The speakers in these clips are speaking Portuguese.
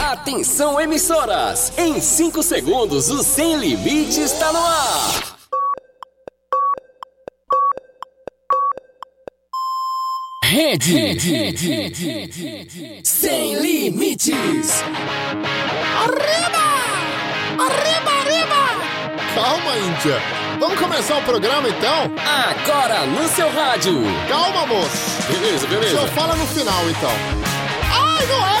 Atenção emissoras, em 5 segundos o Sem Limite está no ar. Rede, Rede, Rede, Rede. Sem Limites. Arriba! Arriba, arriba! Calma, Índia. Vamos começar o programa então? Agora no seu rádio. Calma, moço. Beleza, Só beleza. fala no final então. Ai, não é?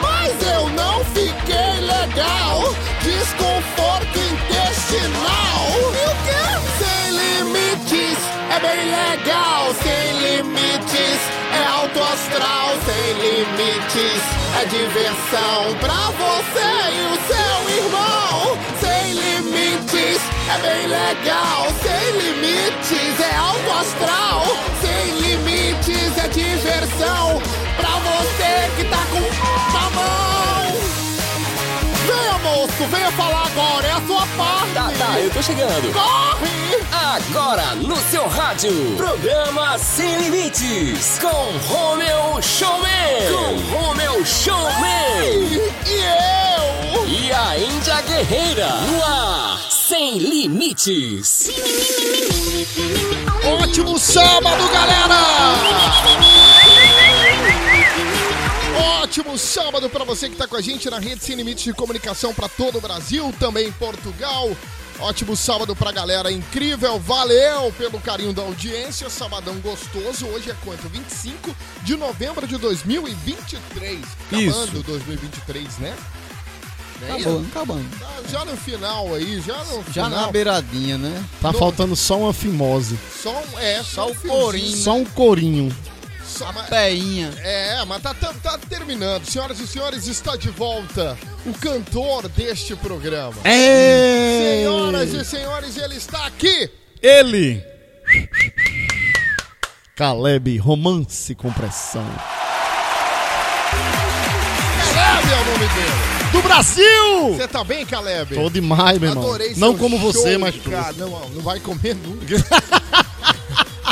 mas eu não fiquei legal. Desconforto intestinal. E o quê? Sem limites é bem legal. Sem limites é alto astral. Sem limites é diversão pra você e o seu irmão. Sem limites é bem legal. Sem limites é alto astral. Sem limites é diversão pra você que tá com na mão. Venha, moço, venha falar agora, é a sua parte. Tá, tá, eu tô chegando. Corre! Agora no seu rádio, programa Sem Limites, com Romeu Showman, com Romeu Showman E eu? e a Índia Guerreira no ar, Sem Limites. Ótimo sábado, galera! Ótimo sábado pra você que tá com a gente na Rede Sem Limites de Comunicação pra todo o Brasil, também em Portugal. Ótimo sábado pra galera incrível, valeu pelo carinho da audiência, sabadão gostoso. Hoje é quanto? 25 de novembro de 2023. Acabando Isso. 2023, né? Não é isso? Acabando, acabando. Tá Já no final aí, já no Já final. na beiradinha, né? Tá faltando só uma fimose. Só um, é, só, Só um o finzinho, corinho, Só um corinho. só- mas- peinha. É, mas tá, tá- tá terminando. Senhoras e senhores, está de volta o cantor deste programa. É! Senhoras e senhores, ele está aqui. Ele! Caleb, romance com pressão. Caleb é o nome dele. Do Brasil! Você tá bem, Caleb? Tô demais, meu irmão. Adorei seu Não como show, você, mas É, tu. cara. Não, não vai comer nunca.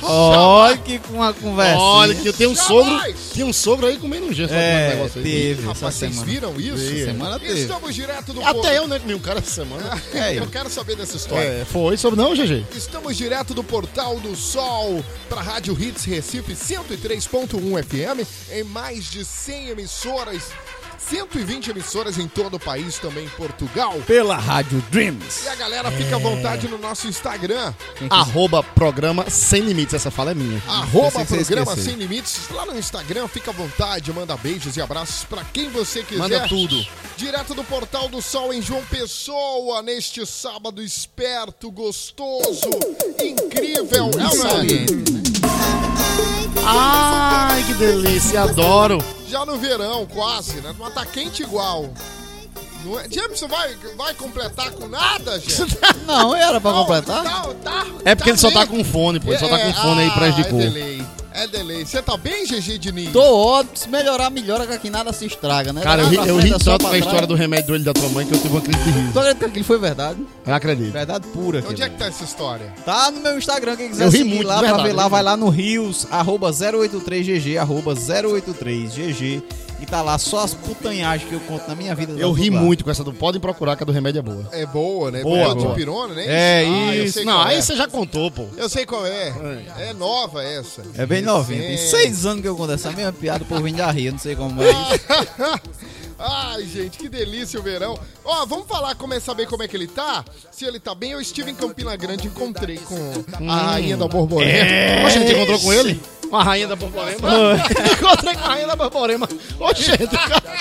Olha que com uma conversa. Olha, que eu tenho um sogro. Jamais! Tinha um sogro aí comendo um gesso. É, um negócio aí. teve Rapaz, essa vocês semana. viram isso? Essa semana teve. Estamos direto do Até portão. eu, né? Comi um cara essa semana. É, Eu quero saber dessa história. É, foi sobre. Não, GG. Estamos direto do Portal do Sol para Rádio Hits Recife 103.1 FM um em mais de 100 emissoras, 120 emissoras em todo o país, também em Portugal. Pela Rádio Dreams. E É. a galera fica à vontade no nosso Instagram, Arroba programa Sem Limites. Essa fala é minha. arroba Pensei que você ia Programa esquecer. Sem Limites. Lá no Instagram, fica à vontade, manda beijos e abraços para quem você quiser. Manda tudo. Direto do Portal do Sol em João Pessoa, neste sábado esperto, gostoso, incrível. É o Saliente, né? Ai, que delícia. Adoro. Já no verão, quase, né? Mas tá quente igual. Não é... Jameson, vai, vai completar com nada, gente? Não, era pra completar? Tá, tá, É porque ele só tá bem. com fone, pô. Ele só tá É, com fone aí ah, prejudicou. É delay, é delay. Você tá bem, GG Diniz? Tô ótimo, se melhorar, melhora, que aqui nada se estraga, né? Cara, eu Lá ri, pra eu frente ri é só tanto pra com a trás. história do remédio do olho da tua mãe que eu tive uma crise de Tu riso. acredita que aquilo foi verdade? Eu acredito. Verdade pura. Onde aquilo. é que tá essa história? Tá no meu Instagram, quem quiser Eu ri seguir muito, lá verdade, pra ver eu lá, ri vai lá no rios, arroba 083GG, arroba 083GG, e tá lá só as putanhagens que eu conto na minha vida. tá Eu tudo ri lá. muito com essa do. Podem procurar que a do remédio é boa. É boa, né? Boa, de boa. pirona, né? É Ah, eu Isso. sei Não, qual aí é. você já contou, pô. Eu sei qual é. É nova essa. É bem novinho, tem Sim. seis anos que eu conto essa mesma piada, o povo ainda ri, eu não sei como é isso. Ai, gente, que delícia o verão. Ó, vamos falar, começar a ver como é que ele tá? Se ele tá bem, eu estive em Campina Grande e encontrei com Hum. a rainha da borboleta. Oxe, a gente encontrou com ele? Uma rainha da borborema. Encontrei com a rainha da borborema. Oxe, gente, cara.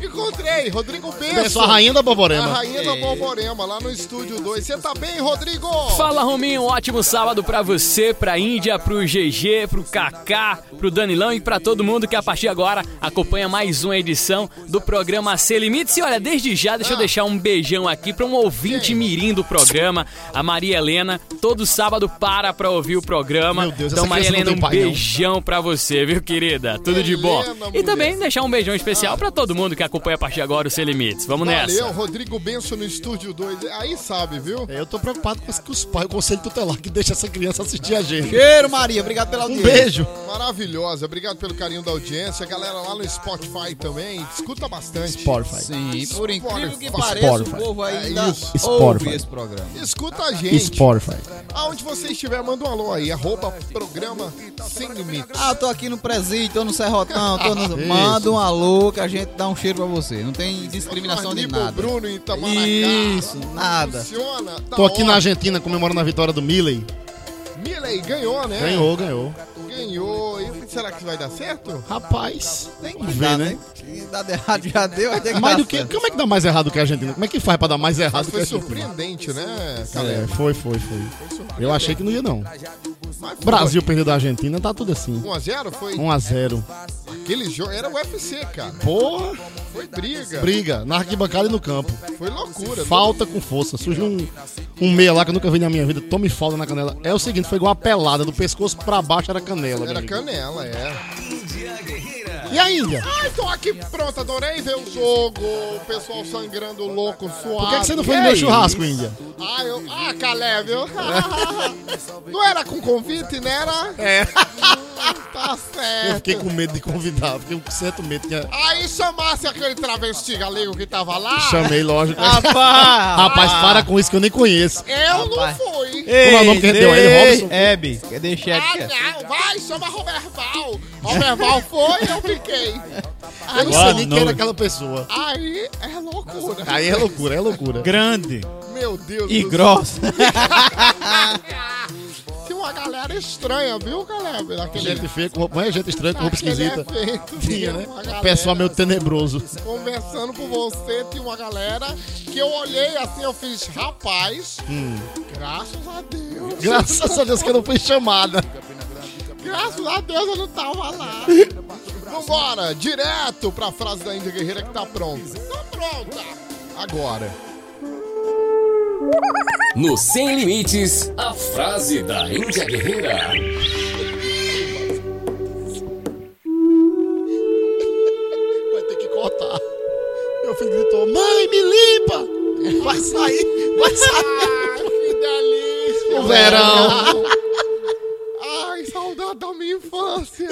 Encontrei encontrei, Rodrigo Benço. Começou É a rainha da A Borborema. rainha da Borborema, lá no estúdio 2. Você tá bem, Rodrigo? Fala Rominho, um ótimo sábado pra você, pra Índia, pro GG, pro Kaká, pro Danilão e pra todo mundo que a partir de agora acompanha mais uma edição do programa Sem Limites. E olha, desde já deixa Ah. eu deixar um beijão aqui pra um ouvinte mirim do programa, a Maria Helena. Todo sábado para pra ouvir o programa. Meu Deus, então, essa Maria criança não tem Helena, um pai, não. beijão pra você, viu, querida? Tudo de bom. Helena, E mulher. também deixar um beijão especial pra todo mundo que acompanha a partir de agora o Sem Limites. Vamos Valeu, nessa. Rodrigo Benço no estúdio 2. Aí sabe, viu? É, Eu tô preocupado com, as- com os pais, o conselho tutelar que deixa essa criança assistir a gente. Cheiro, Maria. Obrigado pela Um audiência. beijo. Maravilhosa. Obrigado pelo carinho da audiência. Galera lá no Spotify também. Escuta bastante. Spotify. Sim, por incrível que Spotify. pareça, o Spotify. povo ainda É ouve isso. Spotify. esse programa. Escuta a gente. Spotify. Aonde você estiver, manda um alô aí. Arroba programa Sem Limites. Ah, tô aqui no presídio, tô no Serrotão, tô no... Isso. Manda uma louca, a gente dá um cheiro pra você. Não tem discriminação de Aníbal nada. Bruno e Itamaracá. Isso, nada. Funciona. Tá Tô aqui na ótimo. Argentina comemorando a vitória do Milley. Milley ganhou, né? Ganhou, ganhou. Ganhou. E será que vai dar certo? Rapaz, Tem que Vamos ver, dar, né? né? Se dá de errado, já deu, vai ter que mais dar do que. certo. Como é que dá mais errado que a Argentina? Como é que faz pra dar mais errado Mas que a foi Argentina? surpreendente, né, galera? tipo- É, foi, foi, foi. Eu achei que não ia, não. Mas foi. Brasil perdeu da Argentina, tá tudo assim. 1x0 foi 1x0. aquele jogo. Era UFC, cara. Porra, Foi briga. briga. Na arquibancada e no campo. Foi loucura. Falta com força. Surgiu um, um meia lá que eu nunca vi na minha vida. Tome falta na canela. É o seguinte, foi igual uma pelada. Do pescoço pra baixo era canela. meu Era amigo. canela, é. E a Índia? Ai, tô aqui pronto, adorei ver o jogo. O pessoal sangrando louco, suado. Por que, que você não foi no meu churrasco, Índia? Ah, eu... ah Calé, viu? não era com convite, né? Era? É. tá Eu certo. fiquei com medo de convidar. Fiquei com certo medo. Que a- Aí chamasse aquele travesti galego que tava lá. Chamei, lógico. Rapaz, Rapaz, para com isso que eu nem conheço. Eu Rapaz. não fui. Ei, Como é o nome que ele deu? Ele, ei, Robson? Hebe, quer É, deixar aqui? ó. Ah, não, vai, chama Roberval. Roberval foi, eu fiquei. Eu não sei nem quem era aquela pessoa. Aí é loucura. Aí é loucura, é loucura. Grande Meu Deus e do grossa. céu. Tem uma galera estranha, viu, galera? Naquele Gente feia, com roupa, é gente estranha, com roupa naquele esquisita. evento, Tinha, tem né? uma galera Pessoal meio tenebroso. Conversando com você, tinha uma galera que eu olhei assim, eu fiz, rapaz, graças a Hum. Deus. Graças a Deus que eu não fui chamada. Graças a Deus eu não tava lá. Vambora, direto pra frase da Índia Guerreira que tá pronta. Tá pronta! Agora. No Sem Limites, a frase da Índia Guerreira. Vai ter que cortar. Meu filho gritou: Mãe, me limpa! Vai sair, vai sair. Ai, que delícia! O verão. Ai, saudade da minha infância!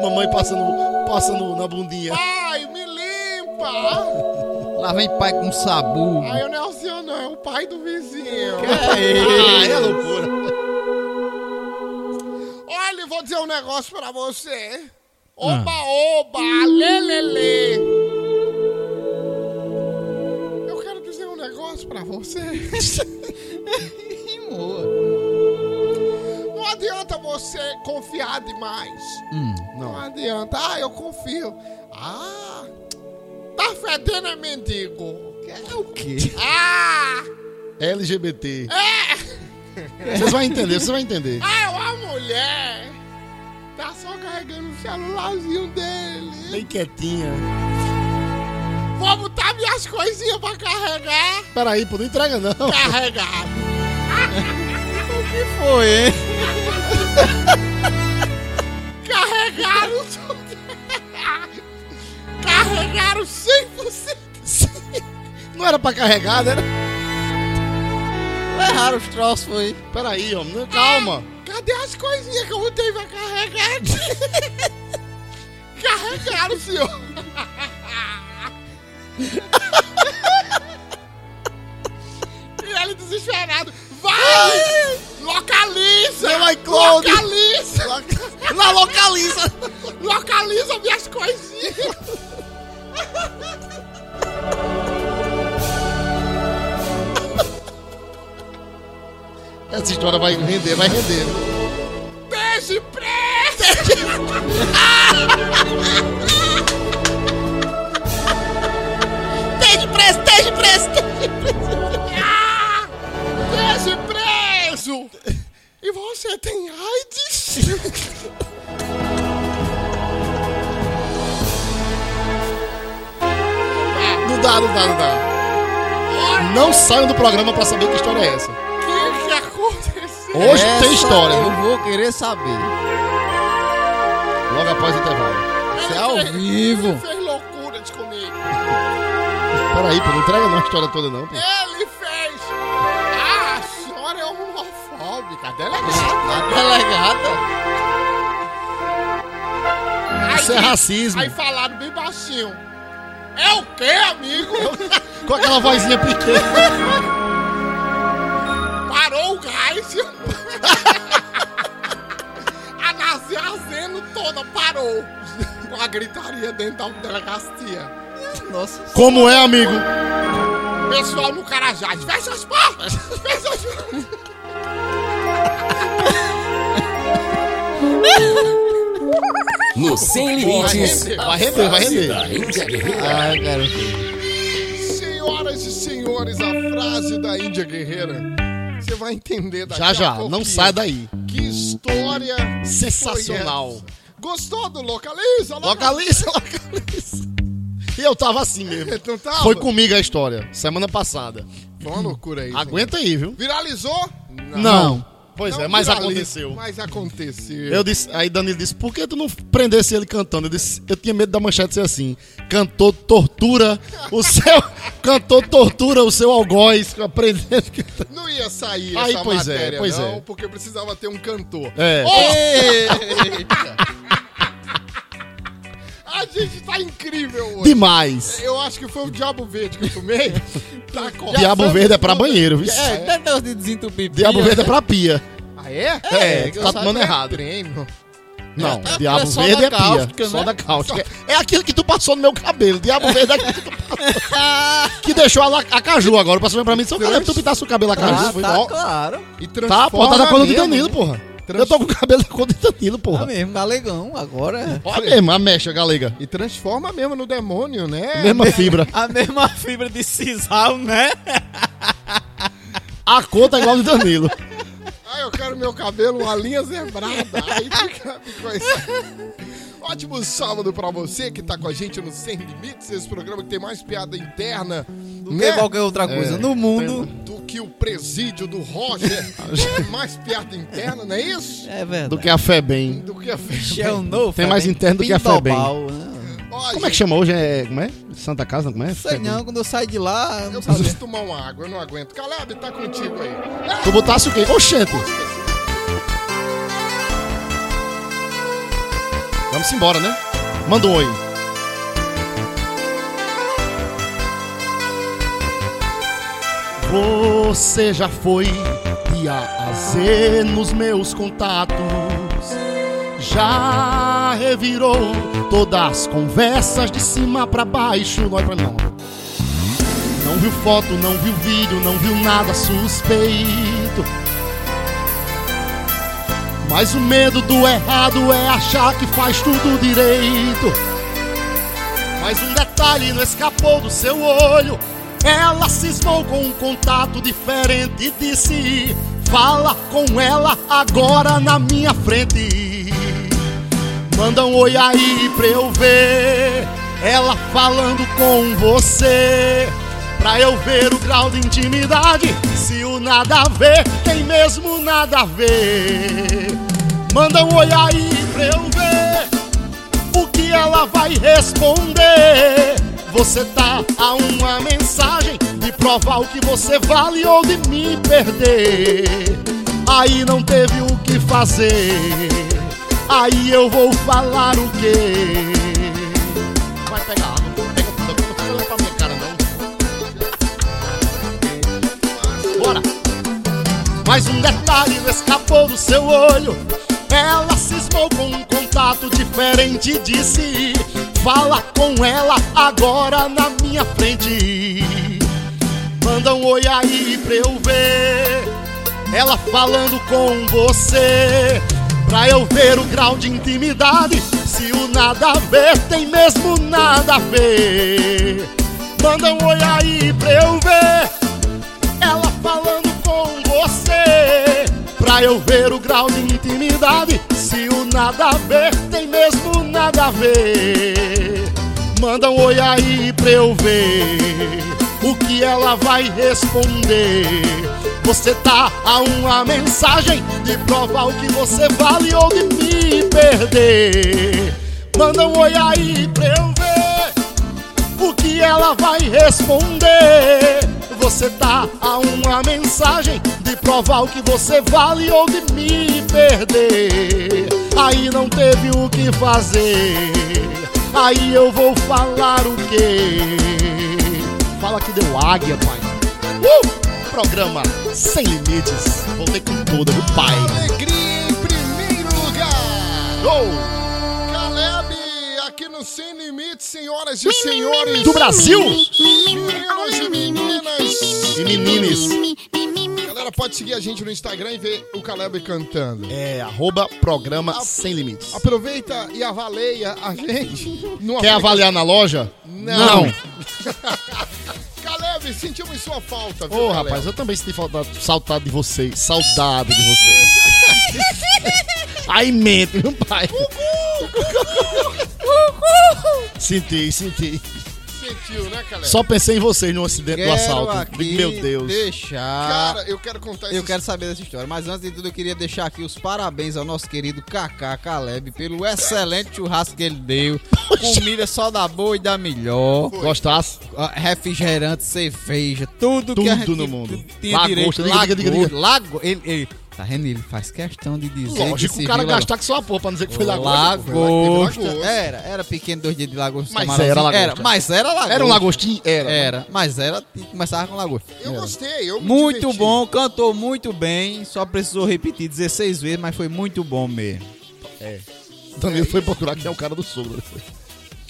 Mamãe passando, passando na bundinha. Ai, me limpa! Lá vem pai com sabu. Ai, eu não é o seu não, é o pai do vizinho. Ah, é loucura. Olha, eu vou dizer um negócio pra você. Oba, oba, lelele. Eu quero dizer um negócio pra você. Rimou. Não adianta você confiar demais. não. adianta. Ah, eu confio. Ah, tá fedendo é mendigo. É o quê? Ah, É LGBT. Vocês vão entender, vocês vão entender. ah, é uma mulher. Tá só carregando o celularzinho dele. Bem quietinha. Vou botar minhas coisinhas pra carregar. Peraí, pô, não entrega não. Carregar. Que foi, hein? Carregaram tudo. Carregaram 100%. Não era pra carregar, né? Erraram os troços, foi. Peraí, homem, não- calma. Cadê as coisinhas que eu botei pra carregar? Carregaram, senhor. e ele desesperado. Vai! Localiza! Não vai, Claudio. Localiza! Lá localiza. Localiza minhas coisinhas! Essa história vai render, vai render. Beijo preto! Não dá, não dá, não dá. Não saiam do programa pra saber que história é essa. que que aconteceu? Hoje Essa tem é- história. Eu vou querer saber. Logo após o intervalo. Isso é ao vivo. Ele fez loucuras comigo. Peraí, pô, não entrega não a história toda não, pô. Ele fez. Ah, a senhora é homofóbica. é Delegado. A delegada. Isso é racismo. Aí falaram bem baixinho. É o quê, amigo? Com aquela vozinha pequena. Parou o gás. a Nazi azendo toda parou. Com a gritaria dentro da delegacia. Nossa. Como é, amigo? Pessoal no Carajás, fecha as portas! Fecha as portas! No Sem Limites. Vai render, vai render. da Índia Guerreira. Ah, cara. Senhoras e senhores, a frase da Índia Guerreira. Você vai entender daqui Já, a já. pouquinho. Não sai daí. Que história Sensacional. foi essa? Gostou do localiza? Localiza, localiza. E eu tava assim mesmo. Não tava? Foi comigo a história, semana passada. Foi tá, uma loucura isso. Aguenta aí, viu? Viralizou? Não. Pois Não é, mas viraliza, aconteceu. Mas aconteceu. Eu disse, aí Danilo disse, por que tu não prendesse ele cantando? Eu disse, eu tinha medo da manchete ser assim. Cantor tortura o seu. cantor tortura o seu algoz. Aprendendo. Não ia sair Aí, essa pois é, matéria, pois não, é. porque precisava ter um cantor. É. A gente tá incrível hoje. Demais. Eu acho que foi o Diabo Verde que eu tomei. tá correndo. Diabo verde é pra banheiro, viu? É, dá dá de desentupir. Diabo pia. verde é pra pia. Ah, é? É, que eu tá saiba tomando é errado. Treino. Não, É, diabo é só verde da é pia. cáustica, só né? da cáustica. É aquilo que tu passou no meu cabelo. Diabo verde é aquilo que tu passou. que deixou a, la- a caju agora. Passou bem pra mim. Seu cabelo, tu pintasse o cabelo a caju. Ah, foi tá ó. claro. E Tá, pô, tá da cor do mesmo. Danilo, porra. Eu tô com o cabelo da cor do Danilo, Tá porra. mesmo, galegão. Agora é Olha mesmo, a mecha, galega. E transforma mesmo no demônio, né? Mesma fibra. a mesma fibra de sisal, né? A cor tá igual a do Danilo. Ah, eu quero meu cabelo uma linha zebrada. Aí fica, fica isso. Ótimo sábado pra você que tá com a gente no Sem Limites, esse programa que tem mais piada interna né, Que qualquer É, outra coisa no mundo. do que o presídio do Roger. mais piada interna, não é isso? É verdade. Do que a fé bem. Do que a é o novo. Tem mais Febem, interno do que a Febem. Pindobal, né? Como é que chama hoje? É, como é? Santa Casa, como é? Sei não, quando eu saio de lá, eu não Eu sabe. preciso tomar uma água, eu não aguento. Caleb, tá contigo aí. Tu botasse o quê? Oxente. Vamos embora, né? Manda um oi. Você já foi de A a Z nos meus contatos. Já revirou todas as conversas de cima pra baixo. Não é pra mim, não. Não viu foto, não viu vídeo, não viu nada suspeito. Mas o medo do errado é achar que faz tudo direito. Mas um detalhe não escapou do seu olho. Ela cismou com um contato diferente e disse: Fala com ela agora na minha frente. Manda um oi aí pra eu ver ela falando com você. Pra eu ver o grau de intimidade. Se o nada a ver tem mesmo nada a ver. Manda um oi aí pra eu ver o que ela vai responder. Você tá a uma mensagem de provar o que você vale ou de me perder. Aí não teve o que fazer. Aí eu vou falar o quê? Vai pegar água, pega tudo, não fica pra minha cara não. Bora! Mas um detalhe não escapou do seu olho. Ela cismou com um contato diferente e disse: Fala com ela agora na minha frente. Manda um oi aí pra eu ver. Ela falando com você. Pra eu ver o grau de intimidade. Se o nada a ver tem mesmo nada a ver. Manda um oi aí pra eu ver ela falando com você. Pra eu ver o grau de intimidade, se o nada a ver, tem mesmo nada a ver. Manda um oi aí pra eu ver o que ela vai responder. Você tá a uma mensagem de provar o que você vale ou de me perder. Manda um oi aí pra eu ver o que ela vai responder. Você tá a uma mensagem de provar o que você vale ou de me perder. Aí não teve o que fazer. Aí eu vou falar o quê? Fala que deu águia, pai. Uh! Programa Sem Limites. Voltei com tudo, meu pai. Alegria em primeiro lugar. Oh! Caleb, aqui no Sem Limites, senhoras e senhores. Do Brasil! Meninos e meninas. E meninas. Galera, pode seguir a gente no Instagram e ver o Caleb cantando. É, arroba programa Sem Limites. Aproveita e avaleia a gente. No Quer aplicativo. avaliar na loja? Não. Caleb, sentimos sua falta, Ô, viu, Caleb? rapaz, eu também senti falta- saudade de vocês. Saudade de vocês. Ai, mente, meu pai. Senti, senti. Sentiu, né, Caleb? Só pensei em vocês no acidente do assalto. aqui Meu Deus. Deixar. Cara, eu quero contar eu isso. quero saber dessa história, mas antes de tudo eu queria deixar aqui os parabéns ao nosso querido Kaká Caleb pelo excelente churrasco que ele deu. Comida só da boa e da melhor. Gostasse? Ah, refrigerante, cerveja, tudo, que Tudo a gente no mundo. tinha Lagosta, direito. diga, diga, diga, diga. Lagosta, lago- ele, ele- tá vendo? Ele faz questão de dizer Lógico, que o cara serviu lagosta. gastar com sua porra pra não dizer que foi lagosta. lagosta. Teve lagosta. Era, era pequeno dois dias de lagosta. Mas camarãozinho. era lagosta. mas era lagosta. Era um lagostinho? Era. Era, mas era, começava com lagosta. Eu gostei, eu me Muito diverti. bom, cantou muito bem, só precisou repetir 16 vezes, mas foi muito bom mesmo. Danilo foi procurar que é o cara do sogro.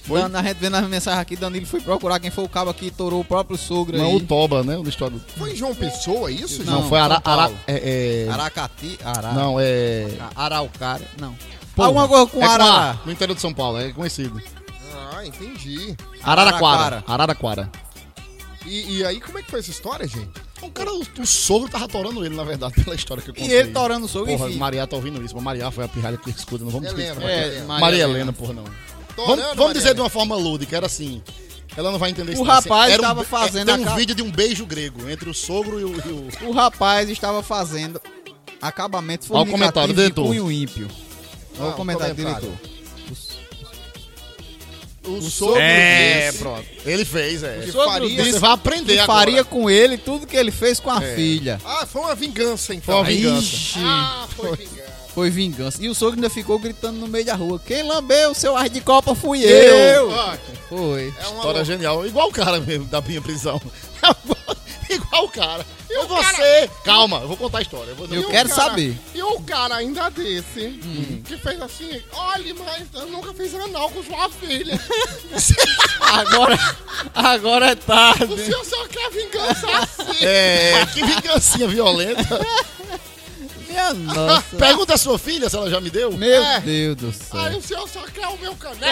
Foi? Na gente vendo as mensagens aqui, Danilo foi procurar quem foi o cabo que torou o próprio sogro Não, aí. o Toba, né? O do estado. Foi em João Pessoa isso, Não, Não, foi Ara... São Paulo. Ara... É, é... Aracati, Ará. Não, é... A- Araucária, não. Porra. Alguma coisa com É Ará. A, No interior de São Paulo, é conhecido. Ah, entendi. Araraquara. Araraquara. Araraquara. E, e aí, como é que foi essa história, gente? O cara, o, o sogro tava torando ele, na verdade, pela história que eu E contei. ele tá torando o sogro, Porra, enfim. Maria tá ouvindo isso, mas Maria foi a pirralha que escuta, não vamos Eu esquecer. lembro, Maria, é, Maria Maria Helena, Helena. porra, não. Vamos, Torando, vamos Maria dizer de Helena. uma forma lúdica, era assim. Ela não vai entender isso. O não, assim, rapaz era tava be- fazendo é, a Tem um ca- vídeo de um beijo grego entre o sogro e o. e o- O rapaz estava fazendo acabamento Olha o fornicativo comentário, de diretor. cunho ímpio. Ah, Olha o comentário, comentário. diretor. O, sogro É, desse pronto. Ele fez, é. que sogro faria... Você vai aprender Que agora. É. faria com ele tudo que ele fez com a filha. Ah, foi uma vingança, então. Foi uma vingança. Ixi, Ah, foi vingança. foi vingança. E o sogro ainda ficou gritando no meio da rua. Quem lambeu o seu ar de copa fui Eu. eu. Ah, Foi. é uma História loucura. genial. Igual o cara mesmo da minha prisão. É Igual o cara. E você. Calma, eu vou contar a história. Eu vou Eu E o quero cara- saber. E o cara ainda desse, que fez assim, olha, mas eu nunca fiz anal com sua filha. Agora, agora é O tarde. senhor só quer vingança assim. É, que vingancinha violenta. Minha nossa. Pergunta à sua filha se ela já me deu. Meu É. Deus do céu. Aí o senhor só quer o meu caneco.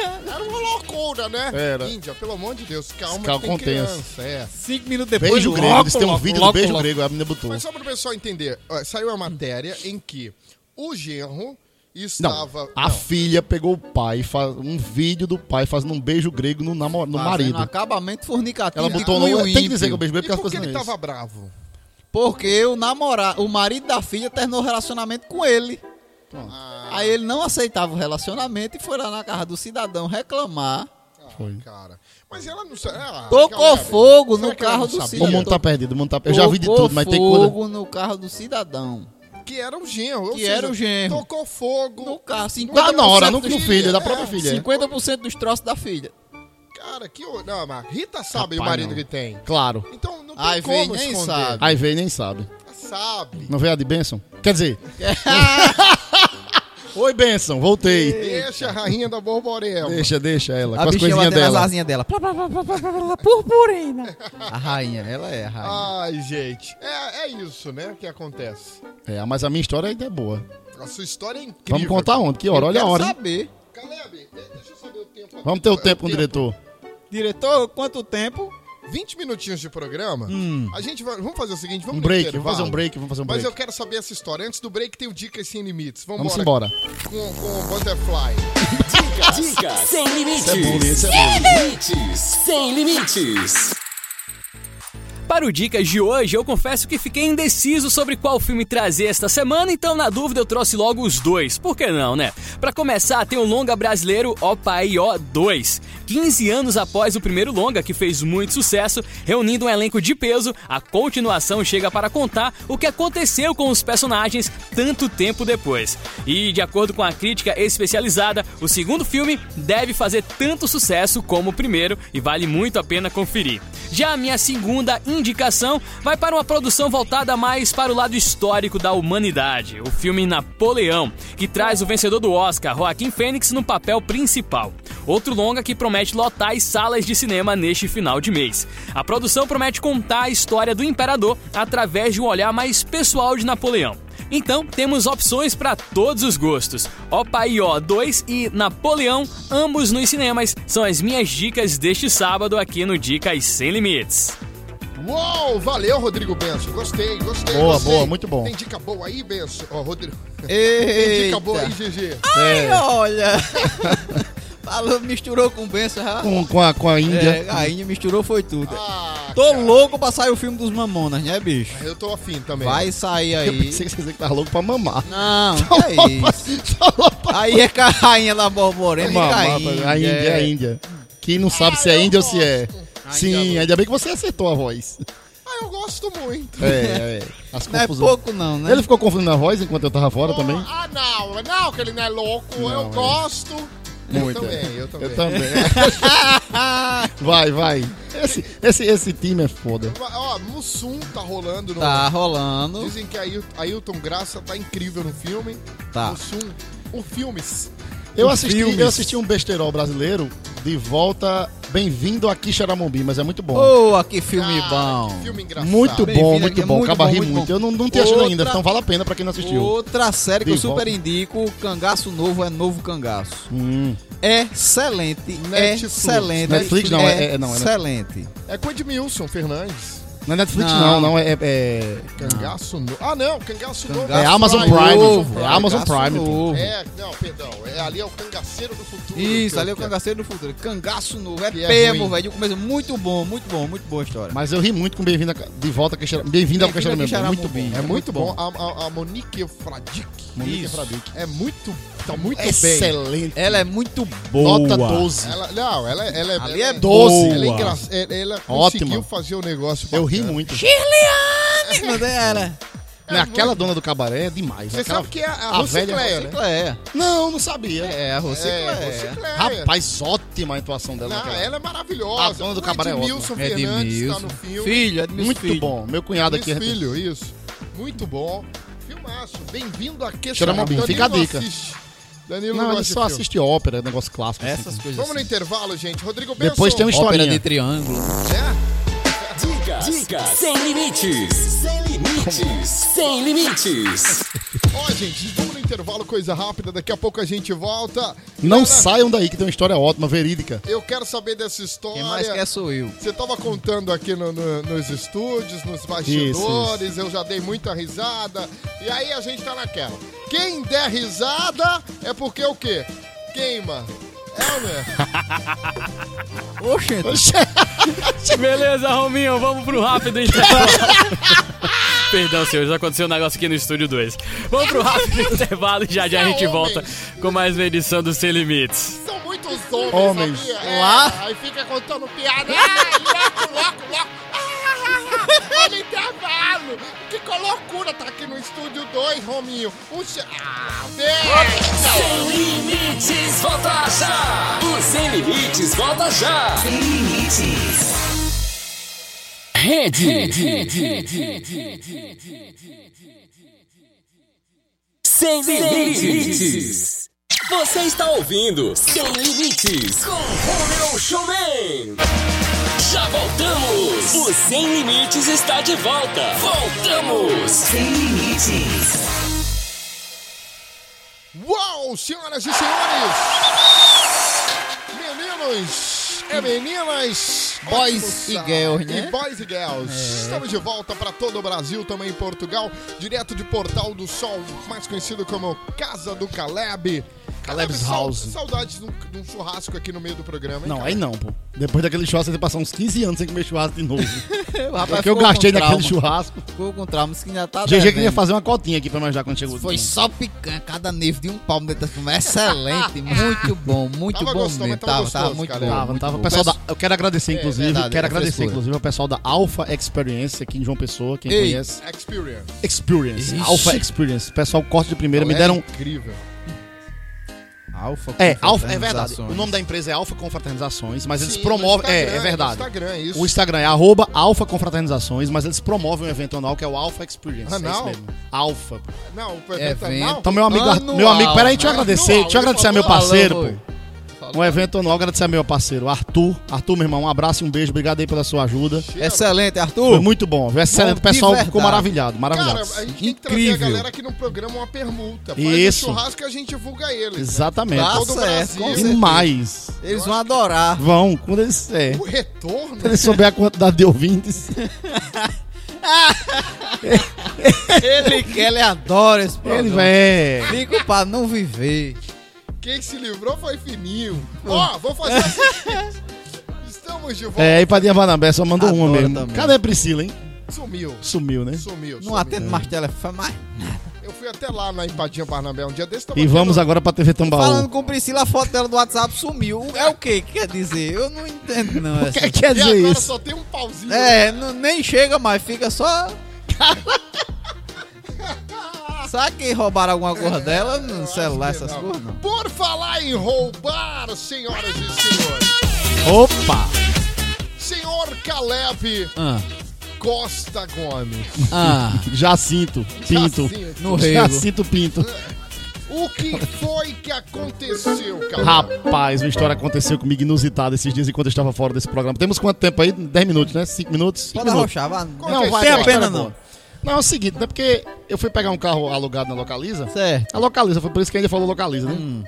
Era uma loucura, né? Era. Índia, pelo amor de Deus, calma, Calma, que tem contença. criança, é. Cinco minutos depois. Beijo grego. logo, Eles têm um logo, vídeo logo, do beijo logo. grego. A menina botou. Mas só pro pessoal entender, ó, saiu uma matéria em que o Não, genro estava... a filha pegou o pai, fa- um vídeo do pai fazendo um beijo grego no, namo- no Fazendo marido. acabamento fornicativo. Ela de botou cunho no. Tem que dizer que ímpio. eu beijo E grego porque ela por que ficou ele fazendo tava isso. bravo? Porque o namorado, o marido da filha terminou o relacionamento com ele. Ah. Aí ele não aceitava o relacionamento e foi lá na casa do cidadão reclamar. Foi. Cara, mas ela não sabe... Ah, Tocou galera, fogo será no que ela carro não do sabia? O mundo cidadão. tá perdido, o mundo tá perdido. Eu já vi de Tocou tudo, mas tem coisa. fogo no carro do cidadão. Que era o genro. ou Que era um o genro. Tocou fogo. No carro, 50%, Dá na hora, no, dos, no filho, da É, própria filha. 50% dos troços da filha. Cara, que... o- Não, mas Rita sabe o Rapaz, marido não. que tem. Claro. Então não tem Aí vem como nem esconder. Ah, sabe. Aí veio e nem sabe. Sabe. Não veio a de Benson? Quer dizer. Oi, Benson, voltei. Deixa a rainha da borborema. Deixa, deixa ela, A com as bichinha coisinhas batendo as dela. asinhas dela. Plá, plá, plá, plá, plá, plá, plá, Purpurina. A rainha, ela é a rainha. Ai, gente. É, é isso, né, que acontece. É, mas a minha história ainda é boa. A sua história é incrível. Vamos contar onde? Que hora? Olha a Quero hora. hein? um saber. Caleb, deixa eu saber o tempo. Vamos ter o tempo com o diretor. Diretor, quanto tempo? 20 É, minutinhos de programa. A gente vai. Vamos fazer o seguinte: vamos Hum. Um no break, intervalo. vamos fazer um break, vamos fazer um Mas break. eu quero saber essa história. Antes do break, tem o Dicas Sem Limites. Vamos, Vamos embora. Com, com o Butterfly. Dicas sem limites. é Limites sem limites. Para o Dicas de hoje, eu confesso que fiquei indeciso sobre qual filme trazer esta semana, então na dúvida eu trouxe logo os dois. Por que não, né? Para começar, tem o longa brasileiro Opa e Ó 2. 15 anos após o primeiro longa, que fez muito sucesso, reunindo um elenco de peso, a continuação chega para contar o que aconteceu com os personagens tanto tempo depois. E, de acordo com a crítica especializada, o segundo filme deve fazer tanto sucesso como o primeiro e vale muito a pena conferir. Já a minha segunda indicação vai para uma produção voltada mais para o lado histórico da humanidade, o filme Napoleão, que traz o vencedor do Oscar, Joaquim Fênix, no papel principal. Outro longa que promete lotar as salas de cinema neste final de mês. A produção promete contar a história do imperador através de um olhar mais pessoal de Napoleão. Então, temos opções para todos os gostos. Opaió 2 e Napoleão, ambos nos cinemas, são as minhas dicas deste sábado aqui no Dicas Sem Limites. Uou, valeu, Rodrigo Benço. Gostei, gostei. Boa, gostei. boa, muito bom. Tem dica boa aí, Benço? Ó, Rodrigo. Tem dica Eita. boa aí, GG. Ai, olha. Falou, misturou com benção já. Com, com, a, com a Índia. É, a Índia misturou foi tudo. Ah, Tô cara, louco pra sair o filme dos Mamonas, né, bicho? Eu tô afim também. Vai sair É. Eu aí. pensei que você tava louco pra mamar. Não, que é isso. Aí é carrainha lá borborema e Mamar, cainha. a Índia é a Índia. Quem não sabe se é Índia ou se é. Sim, ainda bem que você acertou a voz. Ah, eu gosto muito. É, é. As Não é confusões. pouco não, né? Ele ficou confundindo a voz enquanto eu tava fora também? Ah, não, não, que ele não é louco. eu é. gosto. Muito. Eu também, é. eu também. Eu também. Ah, vai, vai. Esse, esse, esse time é foda. Ó, Mussum tá rolando no. Tá rolando. Dizem que Ail- Ailton Graça tá incrível no filme. Tá. Mussum. um O filmes. Eu assisti, filmes. eu assisti um besterol brasileiro de volta, bem-vindo a Quixaramombi, mas é muito bom. Boa, que filme Ah, bom. que filme engraçado. muito Bem-vindo bom, aqui, muito é bom. muito Acaba bom, ri muito muito. bom. Eu não, não tinha assistido ainda, Outra- então vale a pena pra quem não assistiu. Outra série que De eu super volta. indico, Cangaço Novo é Novo Cangaço. É Hum. Excelente, é Netflix. excelente. Netflix não, é- é- não, é Excelente. É com Edmilson Fernandes. Não é Netflix, Não. não, não, é. é- Cangaço novo. Ah, não, cangaço, novo. É Amazon Novo, Prime, Novo, é Amazon Cangaço Prime, pô. Novo. É, não, perdão. É, ali é o cangaceiro do futuro. Isso, que ali é o que Cangaceiro do Futuro. Cangaço Novo, é Que é pego, ruim. velho. O começo é muito bom, muito bom, muito boa a história. Mas eu ri muito com Bem-vindo a Ca- de volta a Quixaramombi. Bem-vindo ao Bem-vindo a Quixaramombi. É muito bom. Quixaramobim. É muito bom. A, a- a Monique Fradique. Monique Isso. Fradique. É muito. Tá muito bem. Excelente. Ela é muito boa. Nota 12. Ela, não, ela, ela é. Ali ela é doze. Ela, é Boa. engra- ela- ela conseguiu Ótima. fazer o negócio. Eu ri bacana. muito. Mas é ela. Né, Aquela dona do cabaré é demais. Você Aquela- sabe que é a, a, a velha Rocicleia, né? Cicléia. Não, não sabia. É, a Rocicléia. É, Rocicleia. Rapaz, ótima a atuação dela. Não, naquela. ela é maravilhosa. A dona do O cabaré é Edmilson ótima. Fernandes tá Edmilson. no filme. Filho, é Muito bom. Meu cunhado Miss aqui. é Filho, isso. Muito bom. Filmaço. Bem-vindo a Xaramobim. Queixaramobim. Fica a dica. Assiste. Danilo Não, ele gosta de só filme. assiste ópera, negócio clássico. assim. Essas coisas. Vamos no intervalo, gente. Rodrigo Benson. Depois tem um uma Ópera historinha. de triângulo. né? Dicas, dicas sem limites. Sem limites. Sem limites. Ó, gente, vamos no intervalo, coisa rápida. Daqui a pouco a gente volta. Não Cara, saiam daí que tem uma história ótima, verídica. Eu quero saber dessa história. Quem mais quer sou eu. Você tava contando aqui no- no- nos estúdios, nos bastidores, eu já dei muita risada. E aí a gente tá naquela. Quem der risada é porque o quê? Queima. É, Oxente. Beleza, Rominho, vamos pro rápido intervalo. Perdão, senhores, aconteceu um negócio aqui no Estúdio 2. Vamos pro rápido intervalo e já já a gente volta com mais uma edição do Sem Limites. meu? São muitos homens, Homens. sabia? Lá. É, aí fica contando piada. Ah, louco, louco, louco. Ah, Olha o intervalo. Que co- loucura tá aqui no estúdio 2, Rominho. Um che- Ah, deixa. Sem limites, volta já. O Sem Limites, volta já. Sem limites. Rede. Sem limites. Você está ouvindo Sem Limites com Romeu Showman. Já voltamos. O Sem Limites está de volta. Voltamos. Sem limites. Uou, senhoras e senhores! Meninos, É, meninas, Boys ótimo e sábado. girls, né? E boys e girls. É. Estamos de volta para todo o Brasil, também em Portugal, direto de Portal do Sol, mais conhecido como Casa do Caleb. Caleb's sau- House. Saudades de um, de um churrasco aqui no meio do programa, hein, Não, cara? aí não, pô. Depois daquele churrasco, você tem que passar uns 15 anos sem comer churrasco de novo. É, O rapaz Porque eu ficou com gastei um trauma. Tá naquele churrasco. Ficou com trauma, isso que ainda tá GG queria devendo. fazer uma cotinha aqui pra manjar quando chegou. Foi só picanha, cada nível de um palmo dentro da fuma. Excelente, muito bom, muito Tava bom gostoso, mesmo. mas tava Tava, tava gostoso, muito cara. bom. Tava, muito tava. bom. Pessoal da- eu quero agradecer, inclusive. verdade, quero é agradecer, frescura. inclusive, ao pessoal da Alpha Experience aqui em João Pessoa, quem Ei. conhece. Experience. Experience. Ixi. Alpha Experience. Pessoal, corte de primeira. Me Ela é deram. um- Incrível. Alfa É, com Alpha, é verdade. fraternizações. O nome da empresa é Alpha Confraternizações, mas eles Sim, promovem. no É, Instagram, é verdade. no Instagram, isso. O Instagram é arroba Alpha Confraternizações, mas eles promovem um evento anual que é o Alpha Ah, Experience. é Anal? isso mesmo. Alpha. Não, o evento é Evento. mal. Então, meu amigo, Anual, meu amigo, peraí, deixa eu né? agradecer, Anual, deixa eu ele agradecer a meu falou, parceiro, foi. pô. Um evento anual, agradecer a meu parceiro, Arthur. Arthur, meu irmão, um abraço e um beijo, obrigado aí pela sua ajuda. Excelente, Foi Arthur. muito bom, viu? Excelente. Bom, O pessoal de ficou verdade. maravilhado, Cara, maravilhado. a gente tem que trazer a Incrível. galera aqui no programa uma permuta. Faz Isso. um churrasco e a gente divulga eles. né? Exatamente. Tá Todo o certo, Brasil. com E certeza. mais. Eles vão adorar. Vão, quando eles. É. O retorno. Quando eles souber a quantidade de ouvintes. Ele quer, ele adora esse programa. Ele vai. É. Fico pra não viver. Quem se livrou foi fininho. Ó, vou fazer assim. Estamos de volta. É, aí Padinha Barnabé só mandou uma Adoro mesmo. também. Cadê a Priscila, hein? Sumiu. Sumiu, né? Sumiu. Não sumiu. atendo mais telefone, mas... Eu fui até lá na Empadinha Barnabé um dia desse. tava E vamos tendo- agora pra TV é Falando Tambaú. com Priscila, a foto dela do WhatsApp sumiu. É o que que quer dizer? Eu não entendo, não. O essa. que quer E dizer agora isso? só tem um pauzinho. É, não- nem chega mais, fica só... Será que roubaram alguma coisa dela no celular, que essas não. coisas? Não. Por falar em roubar, senhoras e senhores. Opa! Senhor Caleb Ah, Costa Gomes. ah, Jacinto, Pinto. Jacinto, no rego. Jacinto Pinto. O que foi que aconteceu, Caleb? Rapaz, uma história aconteceu comigo inusitada esses dias enquanto eu estava fora desse programa. Temos quanto tempo aí? 10 minutos, né? 5 minutos? Cinco Pode minutos. arrochar, vá. Não, vai, tem vai, a pena vai, não. vai. Não, é o seguinte, né? Porque eu fui pegar um carro alugado na Localiza. Certo. A É, Localiza, foi por isso que ele falou Localiza, né?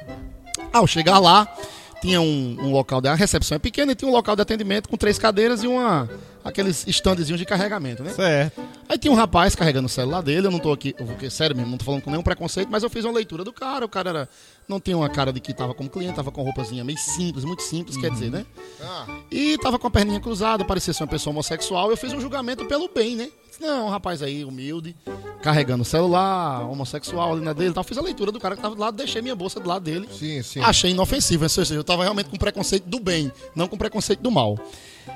Ao chegar lá, tinha um, um local de... A recepção é pequena e tinha um local de atendimento com três cadeiras e uma... Aqueles standzinhos de carregamento, né? Certo. Aí tinha um rapaz carregando o celular dele, eu não tô aqui, eu vou, que- sério mesmo, não tô falando com nenhum preconceito, mas eu fiz uma leitura do cara, o cara era, não tinha uma cara de que tava como cliente, tava com roupazinha meio simples, muito simples, quer dizer, né? Ah, E tava com a perninha cruzada, parecia ser uma pessoa homossexual, eu fiz um julgamento pelo bem, né? Disse, Não, um rapaz aí, humilde, carregando o celular, homossexual ali na dele e tal, fiz a leitura do cara que tava do lado, deixei minha bolsa do lado dele. sim, sim. Achei inofensivo, ou seja, eu tava realmente com preconceito do bem, não com preconceito do mal.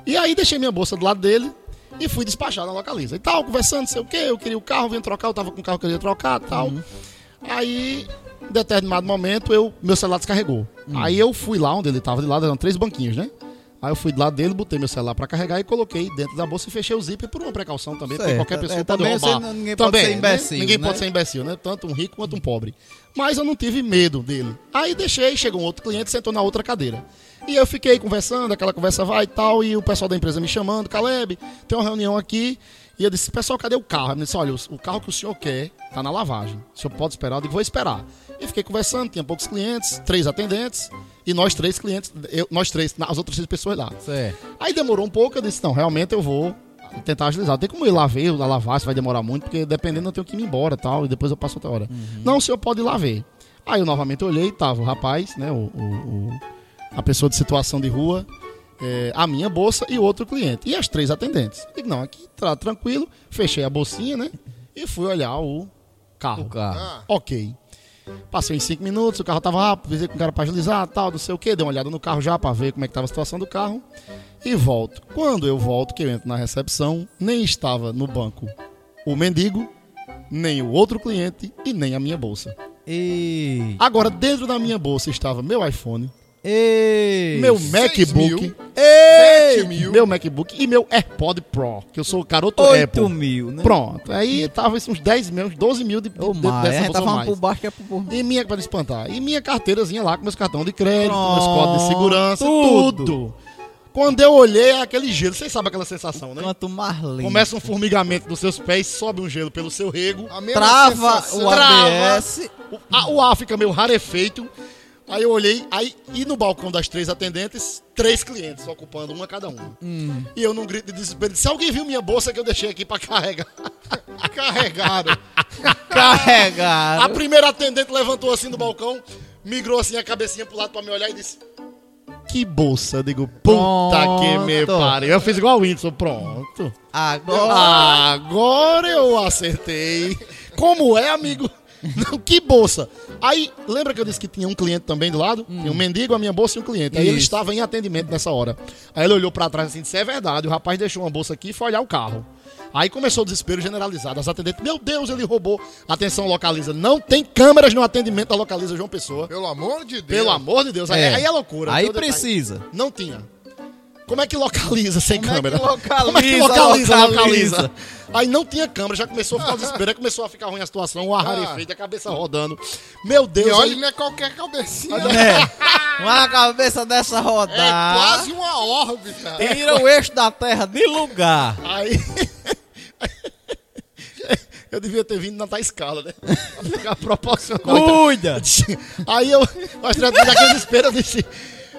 E aí deixei minha bolsa do lado dele e fui despachar na localiza. E tal, conversando, sei o quê, eu queria o carro, vim trocar, eu tava com o carro que eu queria trocar tal. Uhum. Aí, em determinado momento, eu, meu celular descarregou. Uhum. Aí eu fui lá onde ele tava, de lado eram três banquinhos, né? Aí eu fui do lado dele, botei meu celular pra carregar e coloquei dentro da bolsa e fechei o zíper por uma precaução também, porque Certo. qualquer pessoa É, pode também roubar. você não- ninguém pode ser né? imbecil, Ninguém né? pode ser imbecil, né? Tanto um rico quanto um pobre. Mas eu não tive medo dele. Aí deixei, chegou um outro cliente, sentou na outra cadeira. E eu fiquei conversando, aquela conversa vai e tal, e o pessoal da empresa me chamando, Caleb, tem uma reunião aqui. E eu disse, pessoal, cadê o carro? Ele disse, olha, o- o carro que o senhor quer tá na lavagem. O senhor pode esperar? Eu digo, vou esperar. E fiquei conversando, tinha poucos clientes, três atendentes, e nós três clientes, eu- nós três, na- as outras três pessoas lá. Certo. Aí demorou um pouco, eu disse, não, realmente eu vou tentar agilizar. Tem como ir lá ver, lá lavar, se vai demorar muito, porque dependendo eu tenho que ir embora e tal, e depois eu passo outra hora. Uhum. Não, o senhor pode ir lá ver. Aí eu novamente olhei e tava o rapaz, né, o, o- o- a pessoa de situação de rua, é, a minha bolsa e o outro cliente. E as três atendentes. Eu Digo, não, aqui tá tranquilo, fechei a bolsinha, né, e fui olhar o carro. O carro. Ah, Ok. Passei em cinco minutos, o carro tava rápido, visei com o cara pra agilizar, tal, não sei o que, dei uma olhada no carro já pra ver como é que tava a situação do carro e volto. Quando eu volto, que eu entro na recepção, nem estava no banco o mendigo, nem o outro cliente e nem a minha bolsa. Ei, Agora, dentro da minha bolsa estava meu iPhone, ei, meu mil. MacBook, ei, mil. meu MacBook e meu AirPod Pro, que eu sou garoto 8 Apple. mil, né? Pronto, aí tava isso uns 10 mil, uns 12 mil de, de, Ô, Maia, a gente tá bolsa falando mais. por baixo que é por baixo. E minha, pra não espantar, e minha carteirazinha lá com meus cartões de crédito, meus Pronto, códigos de segurança, tudo. tudo. Quando eu olhei, é aquele gelo. Vocês sabem aquela sensação, né? Quanto mais lindo. Começa um formigamento nos seus pés, sobe um gelo pelo seu rego. a mesma Trava sensação. o ABS. O, a- o ar fica meio rarefeito. Aí eu olhei, aí e no balcão das três atendentes, três clientes ocupando uma cada uma. E eu num grito de desespero, se alguém viu minha bolsa que eu deixei aqui pra carregar. Carregaram. A Carregaram. primeira atendente levantou assim do balcão, migrou assim a cabecinha pro lado pra me olhar e disse: Que bolsa? Eu digo, puta que me Pronto. pariu. Eu fiz igual o Whindersson, pronto. Agora. Ah, Agora eu acertei. Como é, amigo? Não, que bolsa. Aí, lembra que eu disse que tinha um cliente também do lado? Tinha um mendigo, a minha bolsa e um cliente. Aí ele Hum. Isso. estava em atendimento nessa hora. Aí ele olhou pra trás assim, disse, é verdade, o rapaz deixou uma bolsa aqui e foi olhar o carro. Aí começou o desespero generalizado. As atendentes, meu Deus, ele roubou. Atenção, localiza. Não tem câmeras no atendimento da localiza João Pessoa. Pelo amor de Deus. Pelo amor de Deus, aí é, aí é loucura. Aí Todo detalhe. precisa. Não tinha. Como é que localiza sem Como é câmera? que localiza, Como é que localiza, localiza? localiza? Aí não tinha câmera, já começou a ficar o desespero, aí começou a ficar ruim a situação, o ar rarefeito, a cabeça rodando. Meu E Deus, olha, aí, não é qualquer cabecinha. É. Uma cabeça dessa rodar. É quase uma órbita. Tira o eixo da terra de lugar. aí... Eu devia ter vindo na tua escala, né? Pra ficar proporcional. Cuida. Aí eu, as criaturas daquele desespero, eu disse,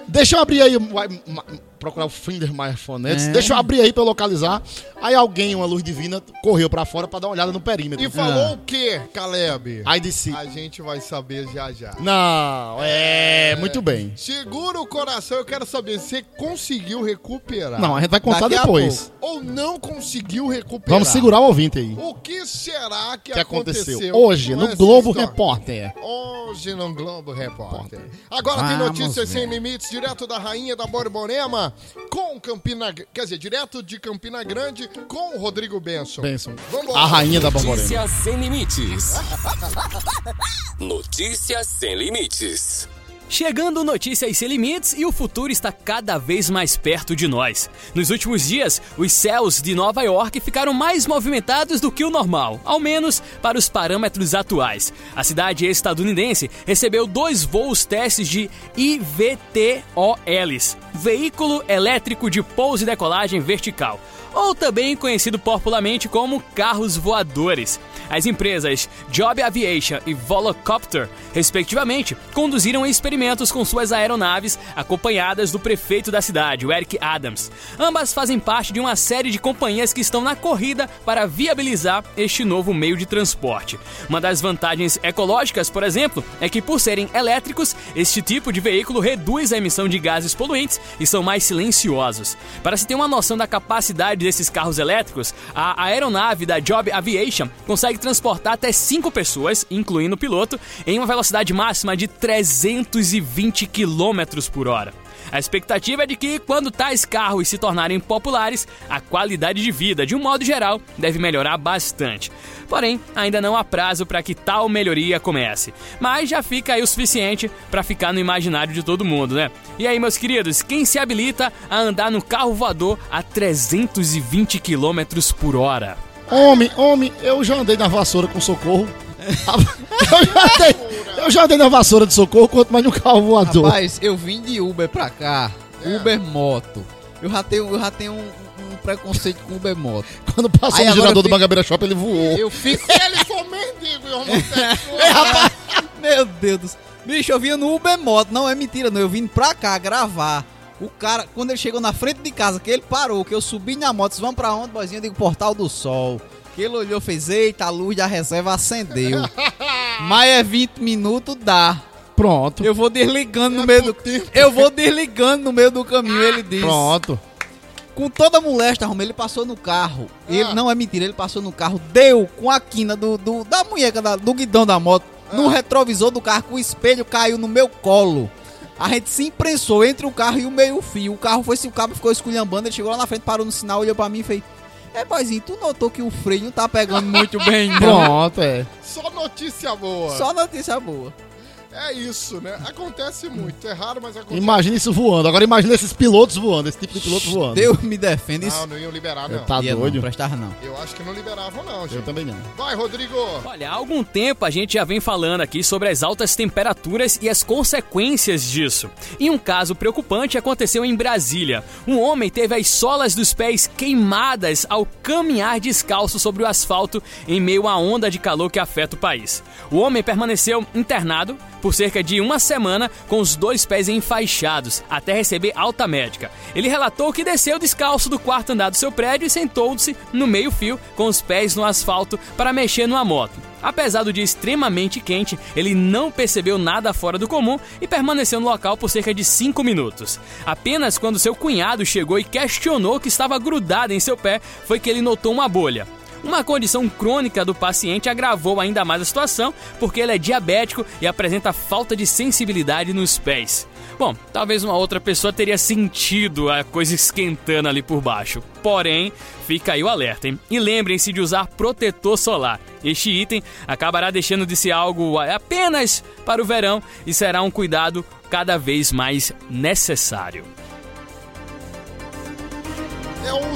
deixa eu abrir aí, vai, ma- procurar o Finder My Phonetics, deixa eu abrir aí pra eu localizar. Aí alguém, uma luz divina, correu pra fora pra dar uma olhada no perímetro. E falou o quê, Caleb? Ah. Aí disse, A gente vai saber já já. não, é, muito bem. Segura o coração, eu quero saber se conseguiu recuperar. Não, é a gente vai contar Daqui a depois. Ou não conseguiu recuperar. Vamos segurar o ouvinte aí. O O que será que, que aconteceu, aconteceu? hoje com no essa Globo história? Repórter? Hoje no Globo Repórter. Agora tem Vamos notícias ver. sem limites, direto da Rainha da Borborema, com Campina... Quer dizer, direto de Campina Grande, com o Rodrigo Benson. Benson. Vambora. A rainha da Bamborena. Notícias sem limites. Notícias sem limites. Chegando Notícias Sem Limites e o futuro está cada vez mais perto de nós. Nos últimos dias, os céus de Nova York ficaram mais movimentados do que o normal, ao menos para os parâmetros atuais. A cidade estadunidense recebeu dois voos testes de IVTOLs, Veículo Elétrico de Pouso e Decolagem Vertical, ou também conhecido popularmente como carros voadores. As empresas Job Aviation e Volocopter, respectivamente, conduziram experimentos com suas aeronaves, acompanhadas do prefeito da cidade, o Eric Adams. Ambas fazem parte de uma série de companhias que estão na corrida para viabilizar este novo meio de transporte. Uma das vantagens ecológicas, por exemplo, é que por serem elétricos, este tipo de veículo reduz a emissão de gases poluentes e são mais silenciosos. Para se ter uma noção da capacidade desses carros elétricos, a aeronave da Job Aviation consegue transportar até 5 pessoas, incluindo o piloto, em uma velocidade máxima de 320 km por hora. A expectativa é de que, quando tais carros se tornarem populares, a qualidade de vida, de um modo geral, deve melhorar bastante. Porém, ainda não há prazo para que tal melhoria comece. Mas já fica aí o suficiente para ficar no imaginário de todo mundo, né? E aí, meus queridos, quem se habilita a andar no carro voador a 320 km por hora? Homem, homem, eu já andei na vassoura com socorro. Eu já andei, eu já andei na vassoura de socorro, quanto mais no carro voador. Rapaz, eu vim de Uber pra cá. Uber moto. Eu já tenho, eu já tenho um, um preconceito com Uber moto. Quando passou Aí no agora girador eu do fico- Mangabeira Shop, ele voou. Eu fico. Ele foi um mendigo tá e homossexual. Meu Deus do céu. Bicho, eu vinha no Uber moto. Não, é mentira, não. Eu vim pra cá gravar. O cara, quando ele chegou na frente de casa, que ele parou, que eu subi na moto, disse, vamos pra onde, boizinho? Eu digo, Portal do Sol. Que ele olhou, fez, eita, a luz da reserva acendeu. Mas é 20 minutos, dá. Pronto, Eu vou desligando no meio do... Eu vou desligando no meio do caminho, ele disse. pronto. Com toda a molesta, Romeu, ele passou no carro. Ah. Ele não é mentira, ele passou no carro, deu com a quina do, do- da munheca da- do guidão da moto Ah. no retrovisor do carro, com o espelho caiu no meu colo. A gente se imprensou entre o carro e o meio-fio. O carro foi se o cabo ficou esculhambando, ele chegou lá na frente, parou no sinal, olhou pra mim e fez: É, boizinho, tu notou que o freio não tá pegando muito bem, não? Pronto, é. Só notícia boa. Só notícia boa. É isso, né? Acontece muito. É raro, mas acontece. Imagina isso voando. Agora imagina esses pilotos voando, esse tipo de piloto voando. Deus é me defende. Não, Isso não iam liberar, não. Tá Ia doido? não prestava, não. Eu acho que não liberavam, não, Eu gente. também não. Vai, Rodrigo. Olha, há algum tempo a gente já vem falando aqui sobre as altas temperaturas e as consequências disso. E um caso preocupante aconteceu em Brasília. Um homem teve as solas dos pés queimadas ao caminhar descalço sobre o asfalto em meio à onda de calor que afeta o país. O homem permaneceu internado por cerca de uma semana com os dois pés enfaixados, até receber alta médica. Ele relatou que desceu descalço do quarto andar do seu prédio e sentou-se no meio-fio com os pés no asfalto para mexer numa moto. Apesar do dia extremamente quente, ele não percebeu nada fora do comum e permaneceu no local por cerca de 5 minutos. Apenas quando seu cunhado chegou e questionou que estava grudado em seu pé, foi que ele notou uma bolha. Uma condição crônica do paciente agravou ainda mais a situação, porque ele é diabético e apresenta falta de sensibilidade nos pés. Bom, talvez uma outra pessoa teria sentido a coisa esquentando ali por baixo. Porém, fica aí o alerta, hein? E lembrem-se de usar protetor solar. Este item acabará deixando de ser algo apenas para o verão e será um cuidado cada vez mais necessário.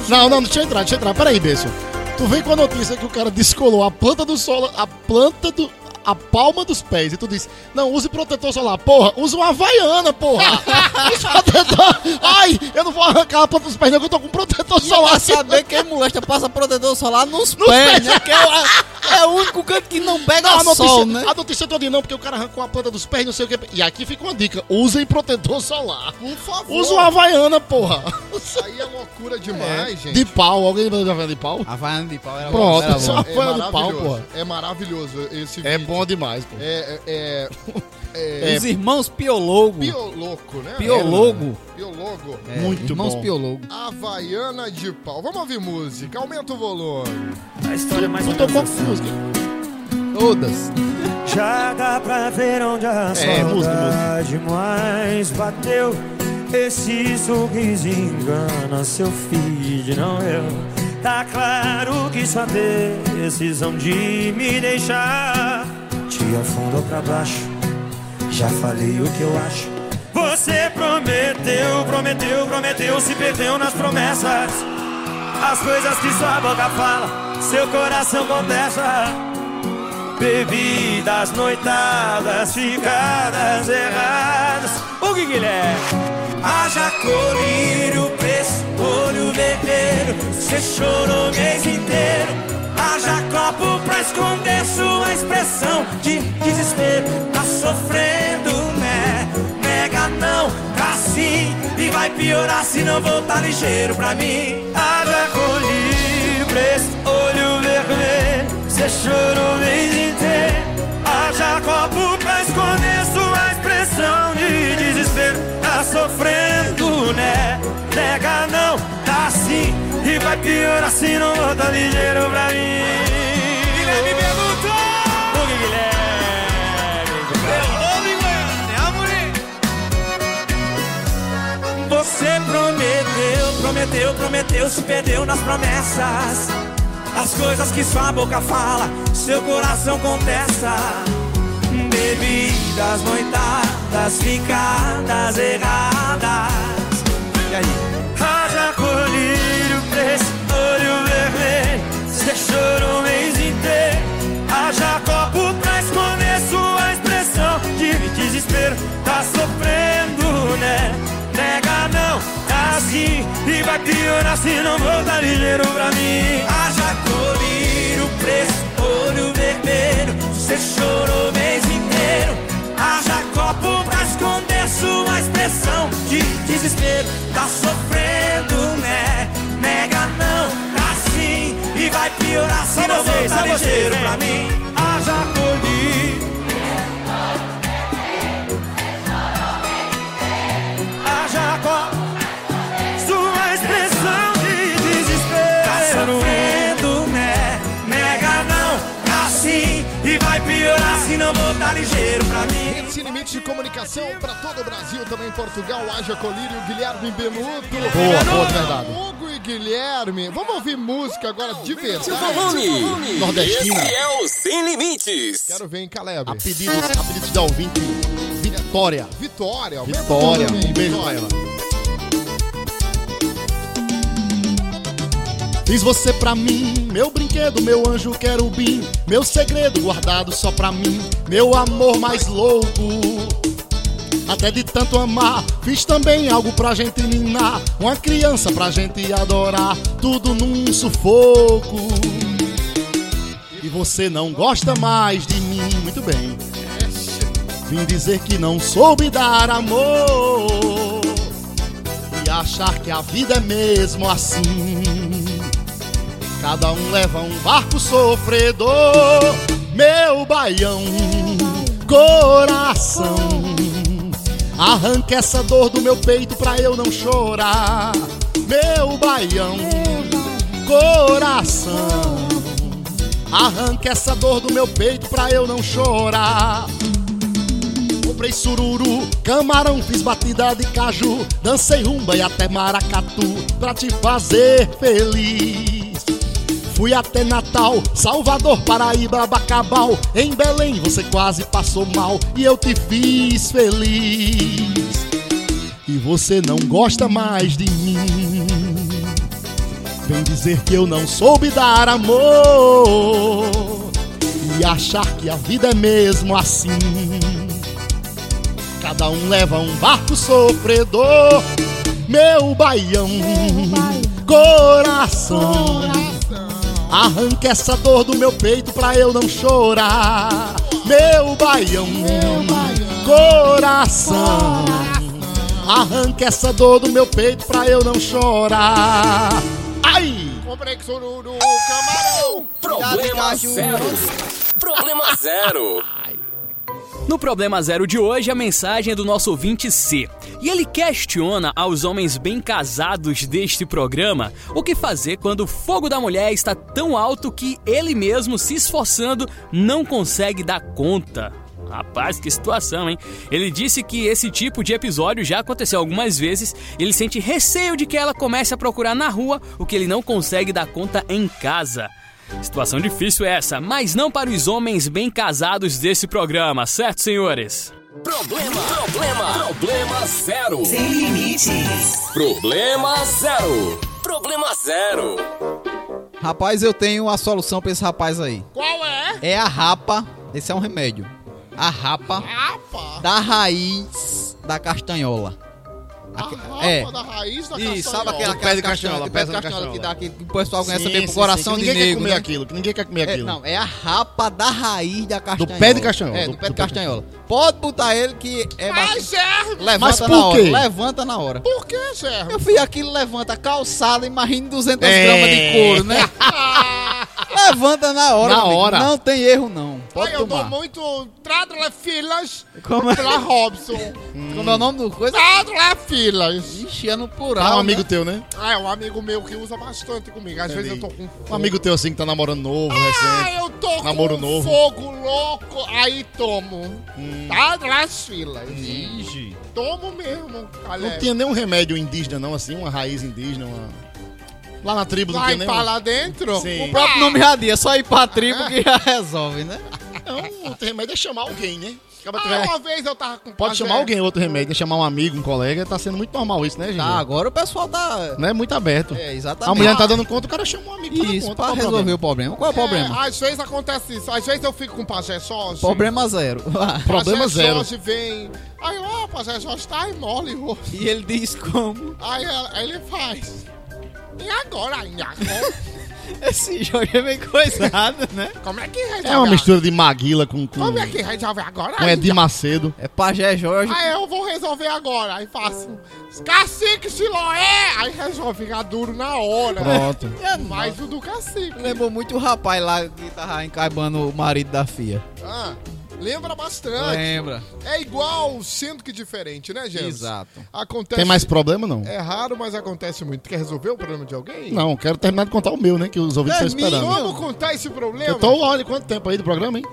Não, não, deixa eu entrar, deixa eu entrar. Peraí, Bêncio. Tu vem com a notícia que o cara descolou a planta do solo, a planta do. a palma dos pés. E tu diz, não, use protetor solar. Porra, usa uma havaiana, porra. Usa um protetor. Ai, eu não vou arrancar a planta dos pés, não, que eu tô com protetor E solar solar. saber que a molesta passa protetor solar nos, assim, Nos pés, pés. né? Que é, o- é o único canto que não pega Não, a notícia, sol, né? a notícia toda não, porque o cara arrancou a planta dos pés, não sei o que. E aqui fica uma dica: usem protetor solar. Por favor. Usa uma havaiana, porra. Isso aí é loucura demais, gente. De pau, alguém lembra da havaiana de pau? Havaiana de pau era Pronto, bom, era bom. só- É Fã do pau, maravilhoso. É maravilhoso esse vídeo. É bom demais, pô. É, é, é, é, Os irmãos Piologo. bioloco, né? Piologo. Biologo. É, Muito irmãos bom. Piologo. Havaiana de pau. Vamos ouvir música. Aumenta o volume. A história mais Eu tô ou menos confuso. Todas. assim. Já dá pra ver onde a É, música, saudade mais bateu. Esse sorriso engana seu feed, não eu. Tá claro que sua decisão de me deixar te afundou pra baixo. Já falei o que eu acho. Você prometeu, prometeu, prometeu, se perdeu nas promessas. As coisas que sua boca fala, seu coração contesta. Bebidas, noitadas, ficadas erradas. O que que ele é? Haja colírio, preço, olho vermelho. Você chorou o mês inteiro. Haja copo pra esconder sua expressão de desespero. Tá sofrendo, né? Nega não, tá sim. E vai piorar se não voltar ligeiro pra mim. Haja colírio, preço, olho vermelho. Você chorou o mês inteiro. Haja copo pra esconder sua expressão de desespero. Tá sofrendo, né? Nega não, tá assim. E vai piorar se não volta ligeiro pra mim. Guilherme perguntou. O Guilherme. Perguntou, Guilherme. Amorei. Você prometeu, prometeu, prometeu, se perdeu nas promessas. As coisas que sua boca fala, seu coração contesta. Bebidas noitadas, ficadas erradas. E aí? Haja colírio, preço, olho vermelho. Você chorou o mês inteiro. Haja copo pra esconder sua expressão de desespero. Tá sofrendo, né? Nega não, tá assim. E vai piorar se não voltar ligeiro pra mim. Haja colírio, preço, olho vermelho. Você chorou o mês inteiro. Haja copo pra esconder sua expressão de desespero. Tá sofrendo, né? Nega não, tá sim. E vai piorar se não voltar ligeiro pra mim. Haja colírio. Haja copo. Sua expressão de desespero. Tá sofrendo, né? Nega não, assim. E vai piorar se não voltar ligeiro pra mim. Rede Sem Limites de Comunicação para todo o Brasil, também em Portugal. Haja Colírio, Guilherme Benuto. Boa, boa, verdade. Hugo e Guilherme. Vamos ouvir música agora Aumente de o verdade. volume. Nordestina. Esse é o Sem Limites. Quero ver, hein, Caleb. A pedido, a pedido da ouvinte, Vitória. Vitória. aumenta o Vitória, volume, um beijo pra Vitória. ela. Diz você pra mim, meu brinquedo, meu anjo querubim, meu segredo guardado só pra mim, meu amor mais louco. Até de tanto amar, fiz também algo pra gente minar, uma criança pra gente adorar, tudo num sufoco. E você não gosta mais de mim, muito bem. Vim dizer que não soube dar amor E achar que a vida é mesmo assim Cada um leva um barco sofredor Meu baião, coração Arranca essa dor do meu peito pra eu não chorar Meu baião, coração Arranca essa dor do meu peito pra eu não chorar. Comprei sururu, camarão, fiz batida de caju, dancei rumba e até maracatu pra te fazer feliz. Fui até Natal, Salvador, Paraíba, Bacabal. Em Belém você quase passou mal e eu te fiz feliz. E você não gosta mais de mim. Vem dizer que eu não soube dar amor E achar que a vida é mesmo assim Cada um leva um barco sofredor Meu baião, coração Arranca essa dor do meu peito pra eu não chorar Meu baião, coração Arranca essa dor do meu peito pra eu não chorar Ai! Comprei que sururu, camarão. Problema Caju. zero. Problema zero. No Problema Zero de hoje, a mensagem é do nosso ouvinte C. E ele questiona aos homens bem casados deste programa o que fazer quando o fogo da mulher está tão alto que ele mesmo, se esforçando, não consegue dar conta. Rapaz, que situação, hein? Ele disse que esse tipo de episódio já aconteceu algumas vezes. e Ele sente receio de que ela comece a procurar na rua o que ele não consegue dar conta em casa. Situação difícil essa, mas não para os homens bem casados desse programa, certo, senhores? Problema, problema, problema zero. Sem limites. Problema zero. Problema zero. Rapaz, eu tenho a solução pra esse rapaz aí. Qual é? É a rapa. Esse é um remédio. A rapa Rapa. da raiz da castanhola. A rapa é. da raiz da E sabe castanhola. Do pé aquela, aquela de castanhola, castanhola, pé de castanhola, que dá castanhola. que o pessoal conhece Sim, também por sim, coração sim, que de ninguém negro, quer comer né? aquilo, que ninguém quer comer É, aquilo. não, é a rapa da raiz da castanhola. pé de castanhola, É, do- do, pé do de pé de castanhola. Pode botar ele que é Mas, bastante... Sérgio, Levanta Mas na por hora, quê? levanta na hora. por que, Sérgio? Meu filho, aquilo levanta calçada, imagina 200 É. gramas de couro, né? Ah! levanta na hora. Na amigo. hora. Não tem erro, não. Pode Ai, eu dou tomar. muito Tradla Filas Como é, assim? pela Robson. como é o nome do coisa? Tradla Filas. Ixi, é no Tá plural, Ah, um amigo né? teu, né? Ah, é um amigo meu que usa bastante comigo. Às vezes eu tô com Um fogo. amigo teu assim que tá namorando novo, Ah, recente. eu tô Namoro com novo. Hum. fogo louco. Aí tomo. Tradla Filas. Tomo mesmo, Não Caleb. tinha nenhum remédio indígena, não, assim, uma raiz indígena, uma. Lá na tribo não Vai tinha pra nenhum. lá dentro? um. Sim. O O próprio nome já diz, é só ir pra tribo que já resolve, né? Não, outro remédio é chamar alguém, né? Acaba Ah, tiver- uma vez eu tava com Pode prazer. chamar alguém, outro remédio, é chamar um amigo, um colega, tá sendo muito normal isso, né, gente? Tá, agora o pessoal tá... Não é muito aberto. É, exatamente. A mulher não tá dando conta, o cara chama um amigo Isso, dando conta. pra qual o resolver problema? o problema. Qual é o problema? É, às vezes acontece isso. Às vezes eu fico com o pajé Jorge. Problema zero. É, Problema pajé zero. Jorge vem. Aí, ó, pajé Jorge tá aí mole. ô. e ele diz como Aí ela- ele faz. E agora? E agora? esse Jorge é meio coisado, né? Como é que resolve? É uma mistura de Maguila com, com, Como é que resolve agora? com Edir Macedo. É pajé Jorge. Aí eu vou resolver agora. Aí faço. Cacique Siloé! Aí resolve ficar duro na hora. Pronto. É, Mais o do cacique. Lembrou muito o rapaz lá que tava encaibando o marido da filha. Ah, lembra bastante. Lembra? É igual, sendo que diferente, né, gente? Exato. Acontece. Tem mais problema, não? É raro, mas acontece muito. Quer resolver o problema de alguém? Não, quero terminar de contar o meu, né? Que os ouvintes estão Termina. esperando. Vamos contar esse problema? Eu tô, olha, quanto tempo aí do programa, hein?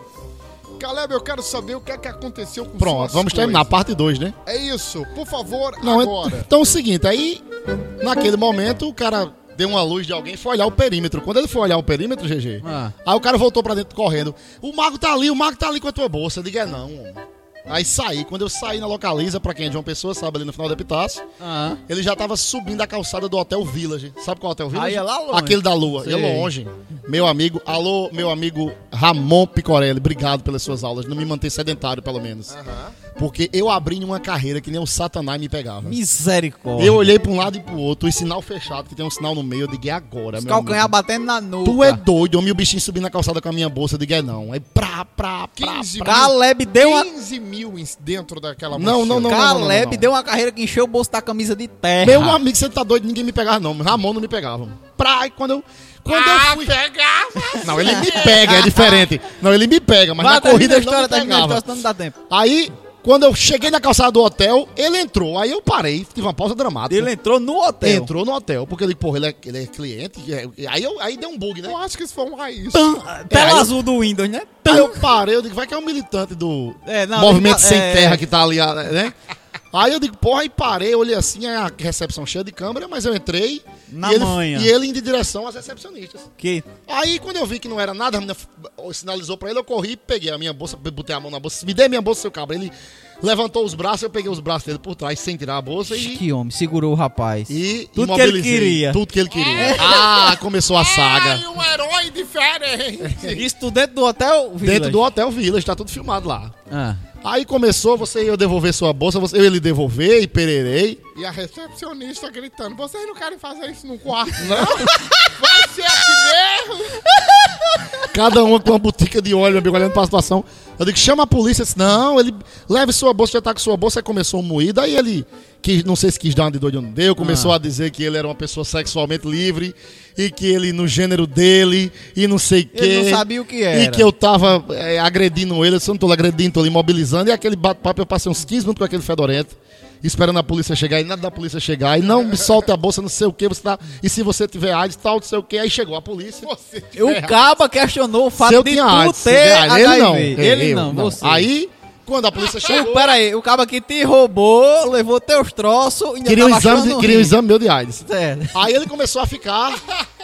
Caleb, eu quero saber o que é que aconteceu com Pronto, suas vamos terminar, coisas. parte 2, né? É isso, por favor, Não, ent- agora. então é o seguinte, aí, naquele momento, o cara deu uma luz de alguém, foi olhar o perímetro. Quando ele foi olhar o perímetro, GG, Ah. aí o cara voltou pra dentro correndo. O mago tá ali, o mago tá ali com a tua bolsa. Eu digo, é não, homem. Aí saí. Quando eu saí na Localiza, pra quem é de uma pessoa, sabe, ali no final da Epitácio, Ah, ele já tava subindo a calçada do Hotel Village. Sabe qual é o Hotel Village? Aí é lá longe. Aquele da Lua. É Sei. longe. Meu amigo, alô, meu amigo Ramon Picorelli, obrigado pelas suas aulas. Não me manter sedentário, pelo menos. Porque eu abri em uma carreira que nem o Satanás me pegava. Misericórdia. Eu olhei pra um lado e pro outro, o sinal fechado, que tem um sinal no meio, eu digo, é agora, Os meu amigo. calcanhar batendo na nuca. Tu é doido, homem, e o bichinho subindo na calçada com a minha bolsa, eu digo, é não. Aí pra, pra, pra, 15 pra. Caleb deu uma... 15 mil em- dentro daquela Não, não, não, não, não, não, Caleb não. deu uma carreira que encheu o bolso da camisa de terra. Meu amigo, você tá doido, ninguém me pegava não. Ramon não me pegava. Pra, e quando eu... Quando eu fui... pegava! Não, ele me pega, é diferente. Não, ele me pega, mas Vai, na termina corrida a ele não me história, termina a pegava. história, senão não dá tempo. Aí, quando eu cheguei na calçada do hotel, ele entrou. Aí eu parei, tive uma pausa dramática. Ele entrou no hotel. entrou no hotel, porque ele, porra, ele é, ele é cliente. é- Aí, eu, aí deu um bug, né? Eu acho que isso foi um raiz. Tan- Tela É, aí- azul do Windows, né? Aí eu parei, eu digo, vai que é um militante do É, não, Movimento ele tá- Sem é. Terra que tá ali, né? Aí eu digo, porra, e parei, olhei assim, a recepção cheia de câmera, mas eu entrei. Na e ele, manha. E ele indo em direção às recepcionistas. Que... Aí quando eu vi que não era nada, a menina f- sinalizou pra ele, eu corri, peguei a minha bolsa, botei a mão na bolsa, me dê minha bolsa, seu cabra. Ele levantou os braços, eu peguei os braços dele por trás, sem tirar a bolsa e... que homem, segurou o rapaz. E Tudo que ele imobilizei. queria. É. Tudo que ele queria. Ah, começou a saga. Ai, um herói diferente. Isso tudo dentro do hotel, Dentro do Hotel Village, tá tudo filmado lá. Ah. Aí começou você e eu devolver sua bolsa, você, eu ele devolver e pererei. E a recepcionista gritando: Vocês não querem fazer isso no quarto, não? Vai ser aqui mesmo? Cada uma com uma botica de óleo, meu amigo, olhando pra situação. Eu digo, chama a polícia. Eu Disse, não, ele leve sua bolsa, já tá com sua bolsa. Aí começou a moída. Aí ele, quis, não sei se quis dar uma de doido ou não deu, Ah. começou a dizer que ele era uma pessoa sexualmente livre e que ele, no gênero dele, e não sei o quê. Ele não sabia o que era. E que eu tava é, agredindo ele. Eu disse, eu não tô lhe agredindo, tô lhe imobilizando. E aquele bate-papo, eu passei uns 15 minutos com aquele fedorento. Esperando a polícia chegar e nada da polícia chegar, e não me solte a bolsa, não sei o que, você tá. E se você tiver AIDS, tal, não sei o que, aí chegou a polícia. Você tiver O Caba questionou o fato É. Se eu de tinha tu AIDS, se ter eu tinha AIDS, HIV. ele não. Ele eu não, você. um Aí, quando a polícia O, chegou, pera aí, o Caba que te roubou, levou teus troços e ainda queria um tava exame, achando É. de- queria um ruim. exame meu de AIDS. Certo. Aí ele começou a ficar.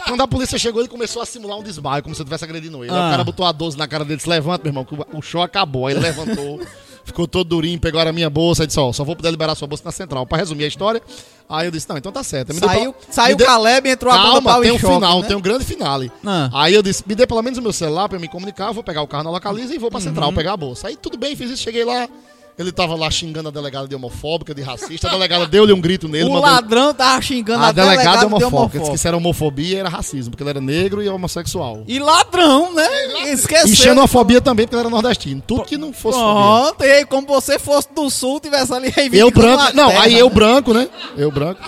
Quando a polícia chegou, ele começou a simular um desmaio, como se eu estivesse agredindo ele. Aí Ah. o cara botou a 12 na cara dele, disse: Levanta, meu irmão, que o- o show acabou. Aí ele levantou, ficou todo durinho, pegaram a minha bolsa e disse: Ó, só vou poder liberar sua bolsa na central. Pra resumir a história, aí eu disse: Não, então tá certo. Aí me deu Saiu, pra- saiu me o deu- Caleb, entrou a banda Calma, pau tem em um choque, final, né? tem um grande finale. Ah. Aí eu disse, me dê pelo menos o meu celular pra eu me comunicar, eu vou pegar o carro na localiza e vou pra Uhum. central pegar a bolsa. Aí tudo bem, fiz isso, cheguei lá. Ele tava lá xingando a delegada de homofóbica, de racista. A delegada deu-lhe um grito nele. O mandou- ladrão tava xingando a, A delegada delegada é de homofóbica. Disse que homofóbico. isso era homofobia e era racismo, porque ele era negro e homossexual. E ladrão, né? E Esqueceu. xenofobia também, porque ele era nordestino. Tudo que não fosse. fobia. Pronto, e aí como você fosse do sul, tivesse ali Eu reivindicando a branco. Não, terra. aí eu branco, né? Eu branco.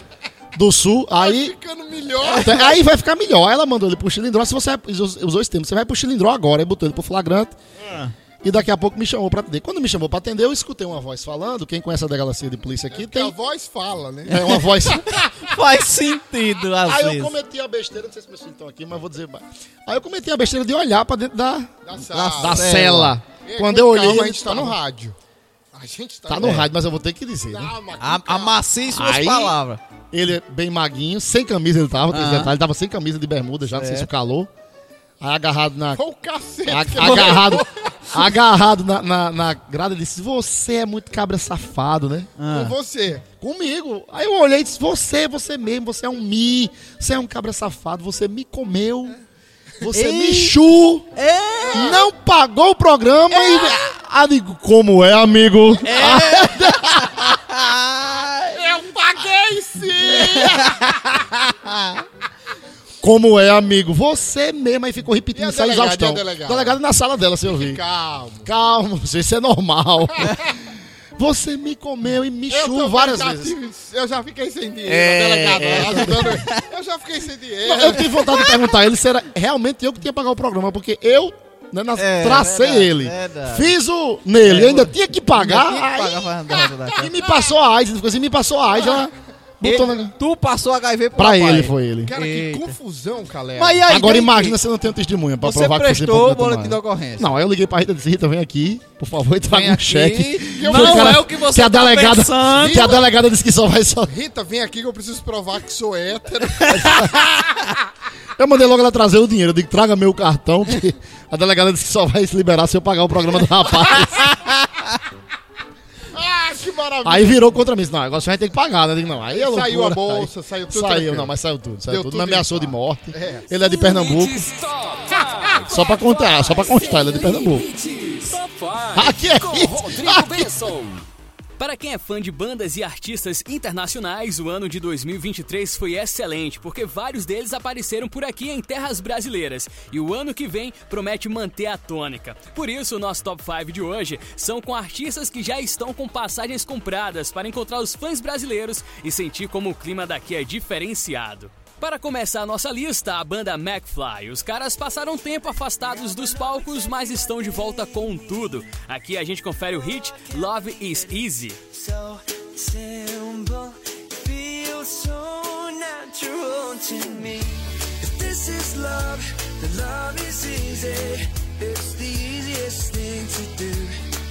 Do sul, aí. ficando melhor. Até- Então, Aí vai ficar melhor. Aí Ela mandou ele pro Chilindró. Se você us- usou esse termo, você vai pro Chilindró agora. Aí botou ele pro flagrante. É. E daqui a pouco me chamou pra atender. Quando me chamou pra atender, eu escutei uma voz falando. Quem conhece a delegacia de polícia aqui A tem voz fala, né? é, uma voz. Faz sentido, às Aí eu vezes. cometi a besteira, não sei se meus filhos estão aqui, mas vou dizer mais. Aí eu cometi a besteira de olhar pra dentro da, Da da, sala. da cela. Ei, Quando É, com eu olhei, calma, a ele gente tá no tava- rádio. Tá. A gente tá, Ah, Tá no rádio, mas eu vou ter que dizer, né? Calma, com A- calma. Amacie suas Aí- palavras. Ele é bem maguinho, sem camisa ele tava, tem esse Aham. detalhe, ele tava sem camisa de bermuda já, não É. sei se o calor. Aí agarrado na Foi o cacete. A- agarrado agarrado na, na, na grada, ele disse: Você é muito cabra safado, né? Com você. Comigo. Aí eu olhei e disse: Você, você mesmo, você é um mi, você é um cabra safado, você me comeu, você me Ei. chu, É, não pagou o programa e. Ah, digo, como é, amigo? Eu paguei sim! Como é, amigo? Você mesmo. Aí ficou E a repetindo, saiu delegada, exaustão. e a delegada? Delegado na sala dela, se eu vi. Calma. Calma, isso é normal. Você me comeu e me Eu chu também várias já vezes. tive- eu já fiquei sem dinheiro, É, delegado. né? é. ajudando- Eu já fiquei sem dinheiro. Eu tive vontade de perguntar a ele se era realmente eu que tinha que pagar o programa, porque eu né, nas- É, tracei verdade, ele. verdade. Fiz o nele, É, ainda tinha que pagar. pagar Ah, aí- pra andar, pra andar. e me passou a AIDS, ele ficou assim, me passou a AIDS, ela botou Ele- na... Tu passou HIV pro Pra rapaz. ele, foi ele. Cara, Eita. que confusão, galera. Mas e aí, Agora daí, imagina se eu não tenho testemunha pra Você provar que prestou pouco o boletim detonado. de ocorrência. Não, aí eu liguei pra Rita e disse, Rita, vem aqui, por favor, e traga Vem um aqui, cheque. que Foi eu o não é o que você a tá delegada, pensando. Que a delegada disse que só vai só... Rita, vem aqui que eu preciso provar que sou hétero. Eu mandei logo ela trazer o dinheiro. Eu digo, traga meu cartão, que a delegada disse que só vai se liberar se eu pagar o programa do rapaz. ah, que maravilha. Aí virou contra mim. disse, Não, agora você vai ter que pagar, né? Eu digo, não, aí é loucura. Saiu a bolsa, Aí- saiu tudo Saiu, tranquilo. não, mas saiu tudo. Saiu Deu tudo, tudo me ameaçou em de morte. É. Ele é de Pernambuco. Só pra Ah. contar, só pra constar, ele é de Pernambuco. Limites, top five, Aqui é com isso, Rodrigo aqui. Benson. Para quem é fã de bandas e artistas internacionais, o ano de 2023 foi excelente, porque vários deles apareceram por aqui em terras brasileiras. E o ano que vem promete manter a tônica. Por isso, o nosso top 5 de hoje são com artistas que já estão com passagens compradas para encontrar os fãs brasileiros e sentir como o clima daqui é diferenciado. Para começar a nossa lista, a banda McFly. Os caras passaram um tempo afastados dos palcos, mas estão de volta com tudo. Aqui a gente confere o hit Love is Easy. So simple, feels so natural to me. If this is love, the love is easy. It's the easiest thing to do.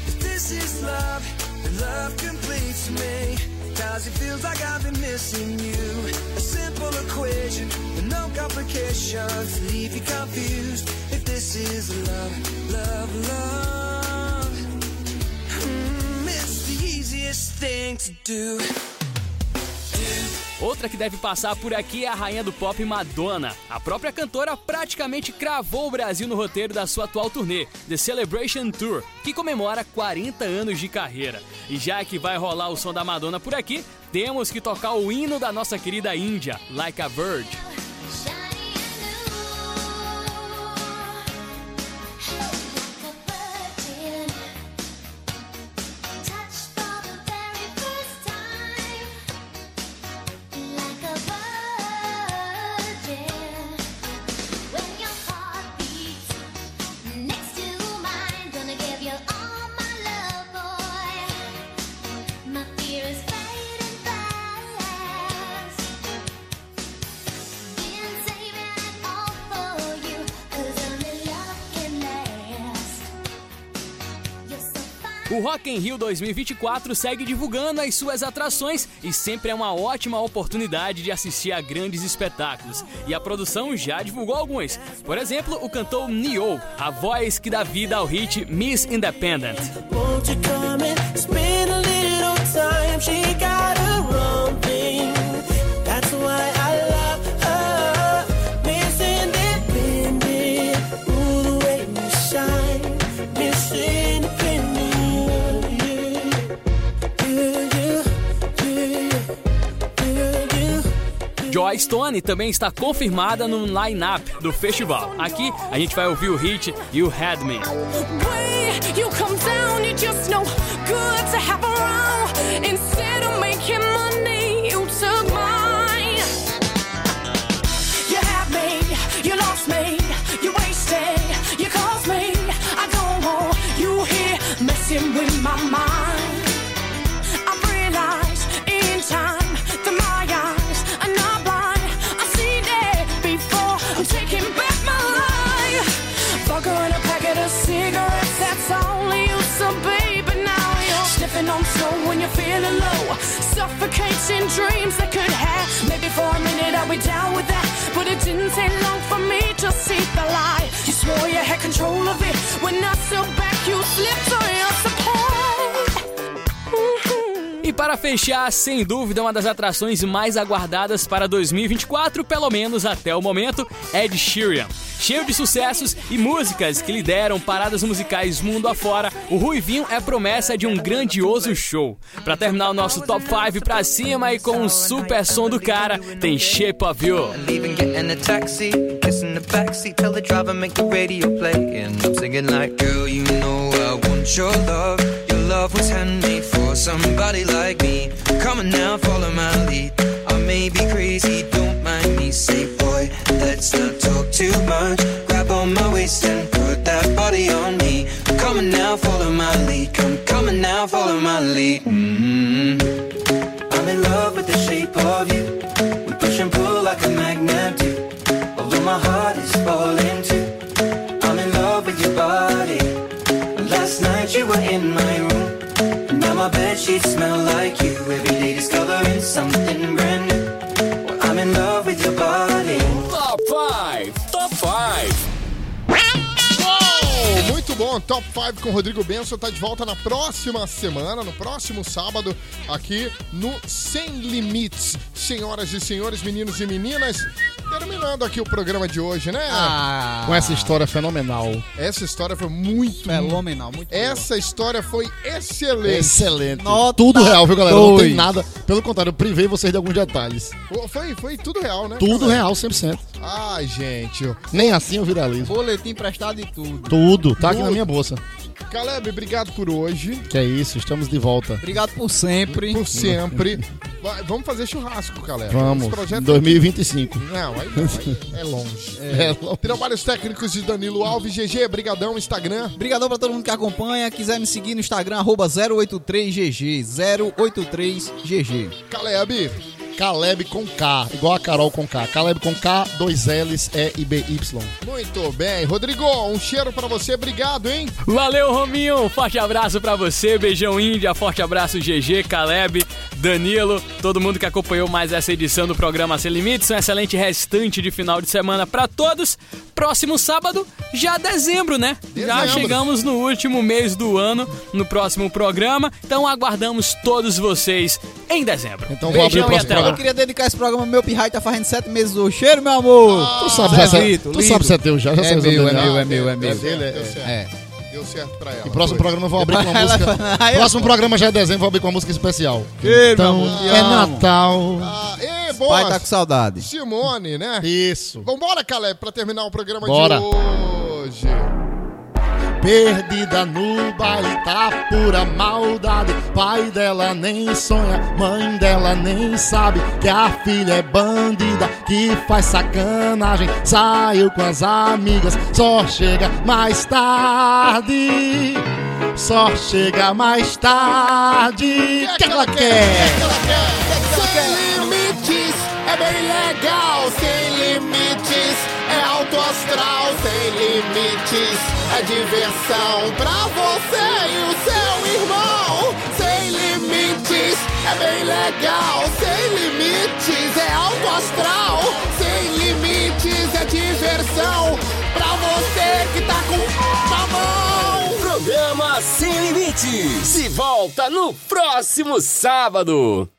If this is love, the love completes me. Cause it feels like I've been missing you. A simple equation with no complications. Leave you confused if this is love, love, love. Mm, it's the easiest thing to do. Outra que deve passar por aqui é a rainha do pop Madonna. A própria cantora praticamente cravou o Brasil no roteiro da sua atual turnê, The Celebration Tour, que comemora 40 anos de carreira. E já que vai rolar o som da Madonna por aqui, temos que tocar o hino da nossa querida Índia, Like a Bird. O Rock in Rio 2024 segue divulgando as suas atrações e sempre é uma ótima oportunidade de assistir a grandes espetáculos. E a produção já divulgou alguns. Por exemplo, o cantor Neo, a voz que dá vida ao hit Miss Independent. Joy Stone também está confirmada no line-up do festival. Aqui a gente vai ouvir o hit You Had Me. suffocating dreams that could have. Maybe for a minute I'll be down with that, but it didn't take long for me to see the light. You swore you had control of it. When I stood back, you slipped on your E para fechar, sem dúvida, uma das atrações mais aguardadas para 2024, pelo menos até o momento, Ed Sheeran. Cheio de sucessos e músicas que lideram paradas musicais mundo afora, o Ruivinho é promessa de um grandioso show. Para terminar o nosso top 5 pra cima e com um super som do cara, tem Shape of You. love was handmade for somebody like me. Come on now, follow my lead. I may be crazy, don't mind me. Say, boy, let's not talk too much. Grab on my waist and put that body on me. Come on now, follow my lead. Come, come on now, follow my lead. Mm -hmm. I'm in love with the shape of you. We push and pull like a magnet do. Although my heart is falling too. I'm in love with your body. Last night you were in my room my bed sheets smell like you. Every day discovering something brand new. Well, I'm in love with your body. Top 5! Top 5! Muito bom, Top 5 com Rodrigo Benson tá de volta na próxima semana, no próximo sábado, aqui no Sem Limites. Senhoras e senhores, meninos e meninas, terminando aqui o programa de hoje, né? Ah, Com essa história fenomenal. Essa história foi muito. fenomenal, É muito Essa história foi excelente. Excelente. Nota Tudo real, viu, galera? Não tem dois. nada. Pelo contrário, eu privei vocês de alguns detalhes. Foi, foi tudo real, né? Tudo galera? é. real, 100%. Ai, gente. Nem assim eu viralizo. Boletim emprestado e tudo. Tudo. Tá aqui Tudo. na minha bolsa. Caleb, obrigado por hoje, Que é isso, estamos de volta. Obrigado por sempre. por sempre. Vai, vamos fazer churrasco, Caleb. Vamos. Esse projeto 2025. Não, aí não, aí é longe. É. Trabalhos técnicos de Danilo Alves, GG, brigadão, Instagram. Obrigadão pra todo mundo que acompanha. Quiser me seguir no Instagram, arroba 083GG. 083GG. Caleb, Caleb com K, igual a Carol com K. Caleb com K, dois L's, E e B, Y. muito bem. Rodrigo, um cheiro pra você, obrigado, hein? Valeu, Rominho. Forte abraço pra você. Beijão, Índia. Forte abraço, GG, Caleb, Danilo, todo mundo que acompanhou mais essa edição do programa Sem Limites. Um excelente restante de final de semana pra todos. Próximo sábado, já dezembro, né? Já Dezembro. chegamos no último mês do ano, no próximo programa. Então aguardamos todos vocês em dezembro. Então vou abrir o Beijão e próximo até lá. Eu queria dedicar esse programa ao meu pirrai, tá fazendo sete meses hoje. Cheiro, meu amor. Tu sabe, Ah, já, Zé se- Vito, tu lindo. sabe se é teu já, já É sabes o meu, nome é dele. meu, é meu, é Deu meu. certo, deu tá. certo. É. Deu certo pra ela. E próximo programa eu vou abrir com uma Ela música. fala- Aí ela Próximo programa já é dezembro, vou abrir com uma música especial. Cheiro, Então, meu amor. é Natal. Ah, e Pai boa. tá com saudade. Simone, né? Isso. Vambora, Caleb, pra terminar o programa Bora. de hoje. Perdida no baile, tá pura maldade. Pai dela nem sonha, mãe dela nem sabe que a filha é bandida, que faz sacanagem. Saiu com as amigas, só chega mais tarde. Só chega mais tarde. O que, é que ela quer? Sem limites é bem legal, sem limites é alto astral, sem limites é diversão pra você e o seu irmão. Sem limites é bem legal, sem limites é alto astral, sem limites é diversão pra você que tá com a mão. Programa Sem Limites. Se volta no próximo sábado.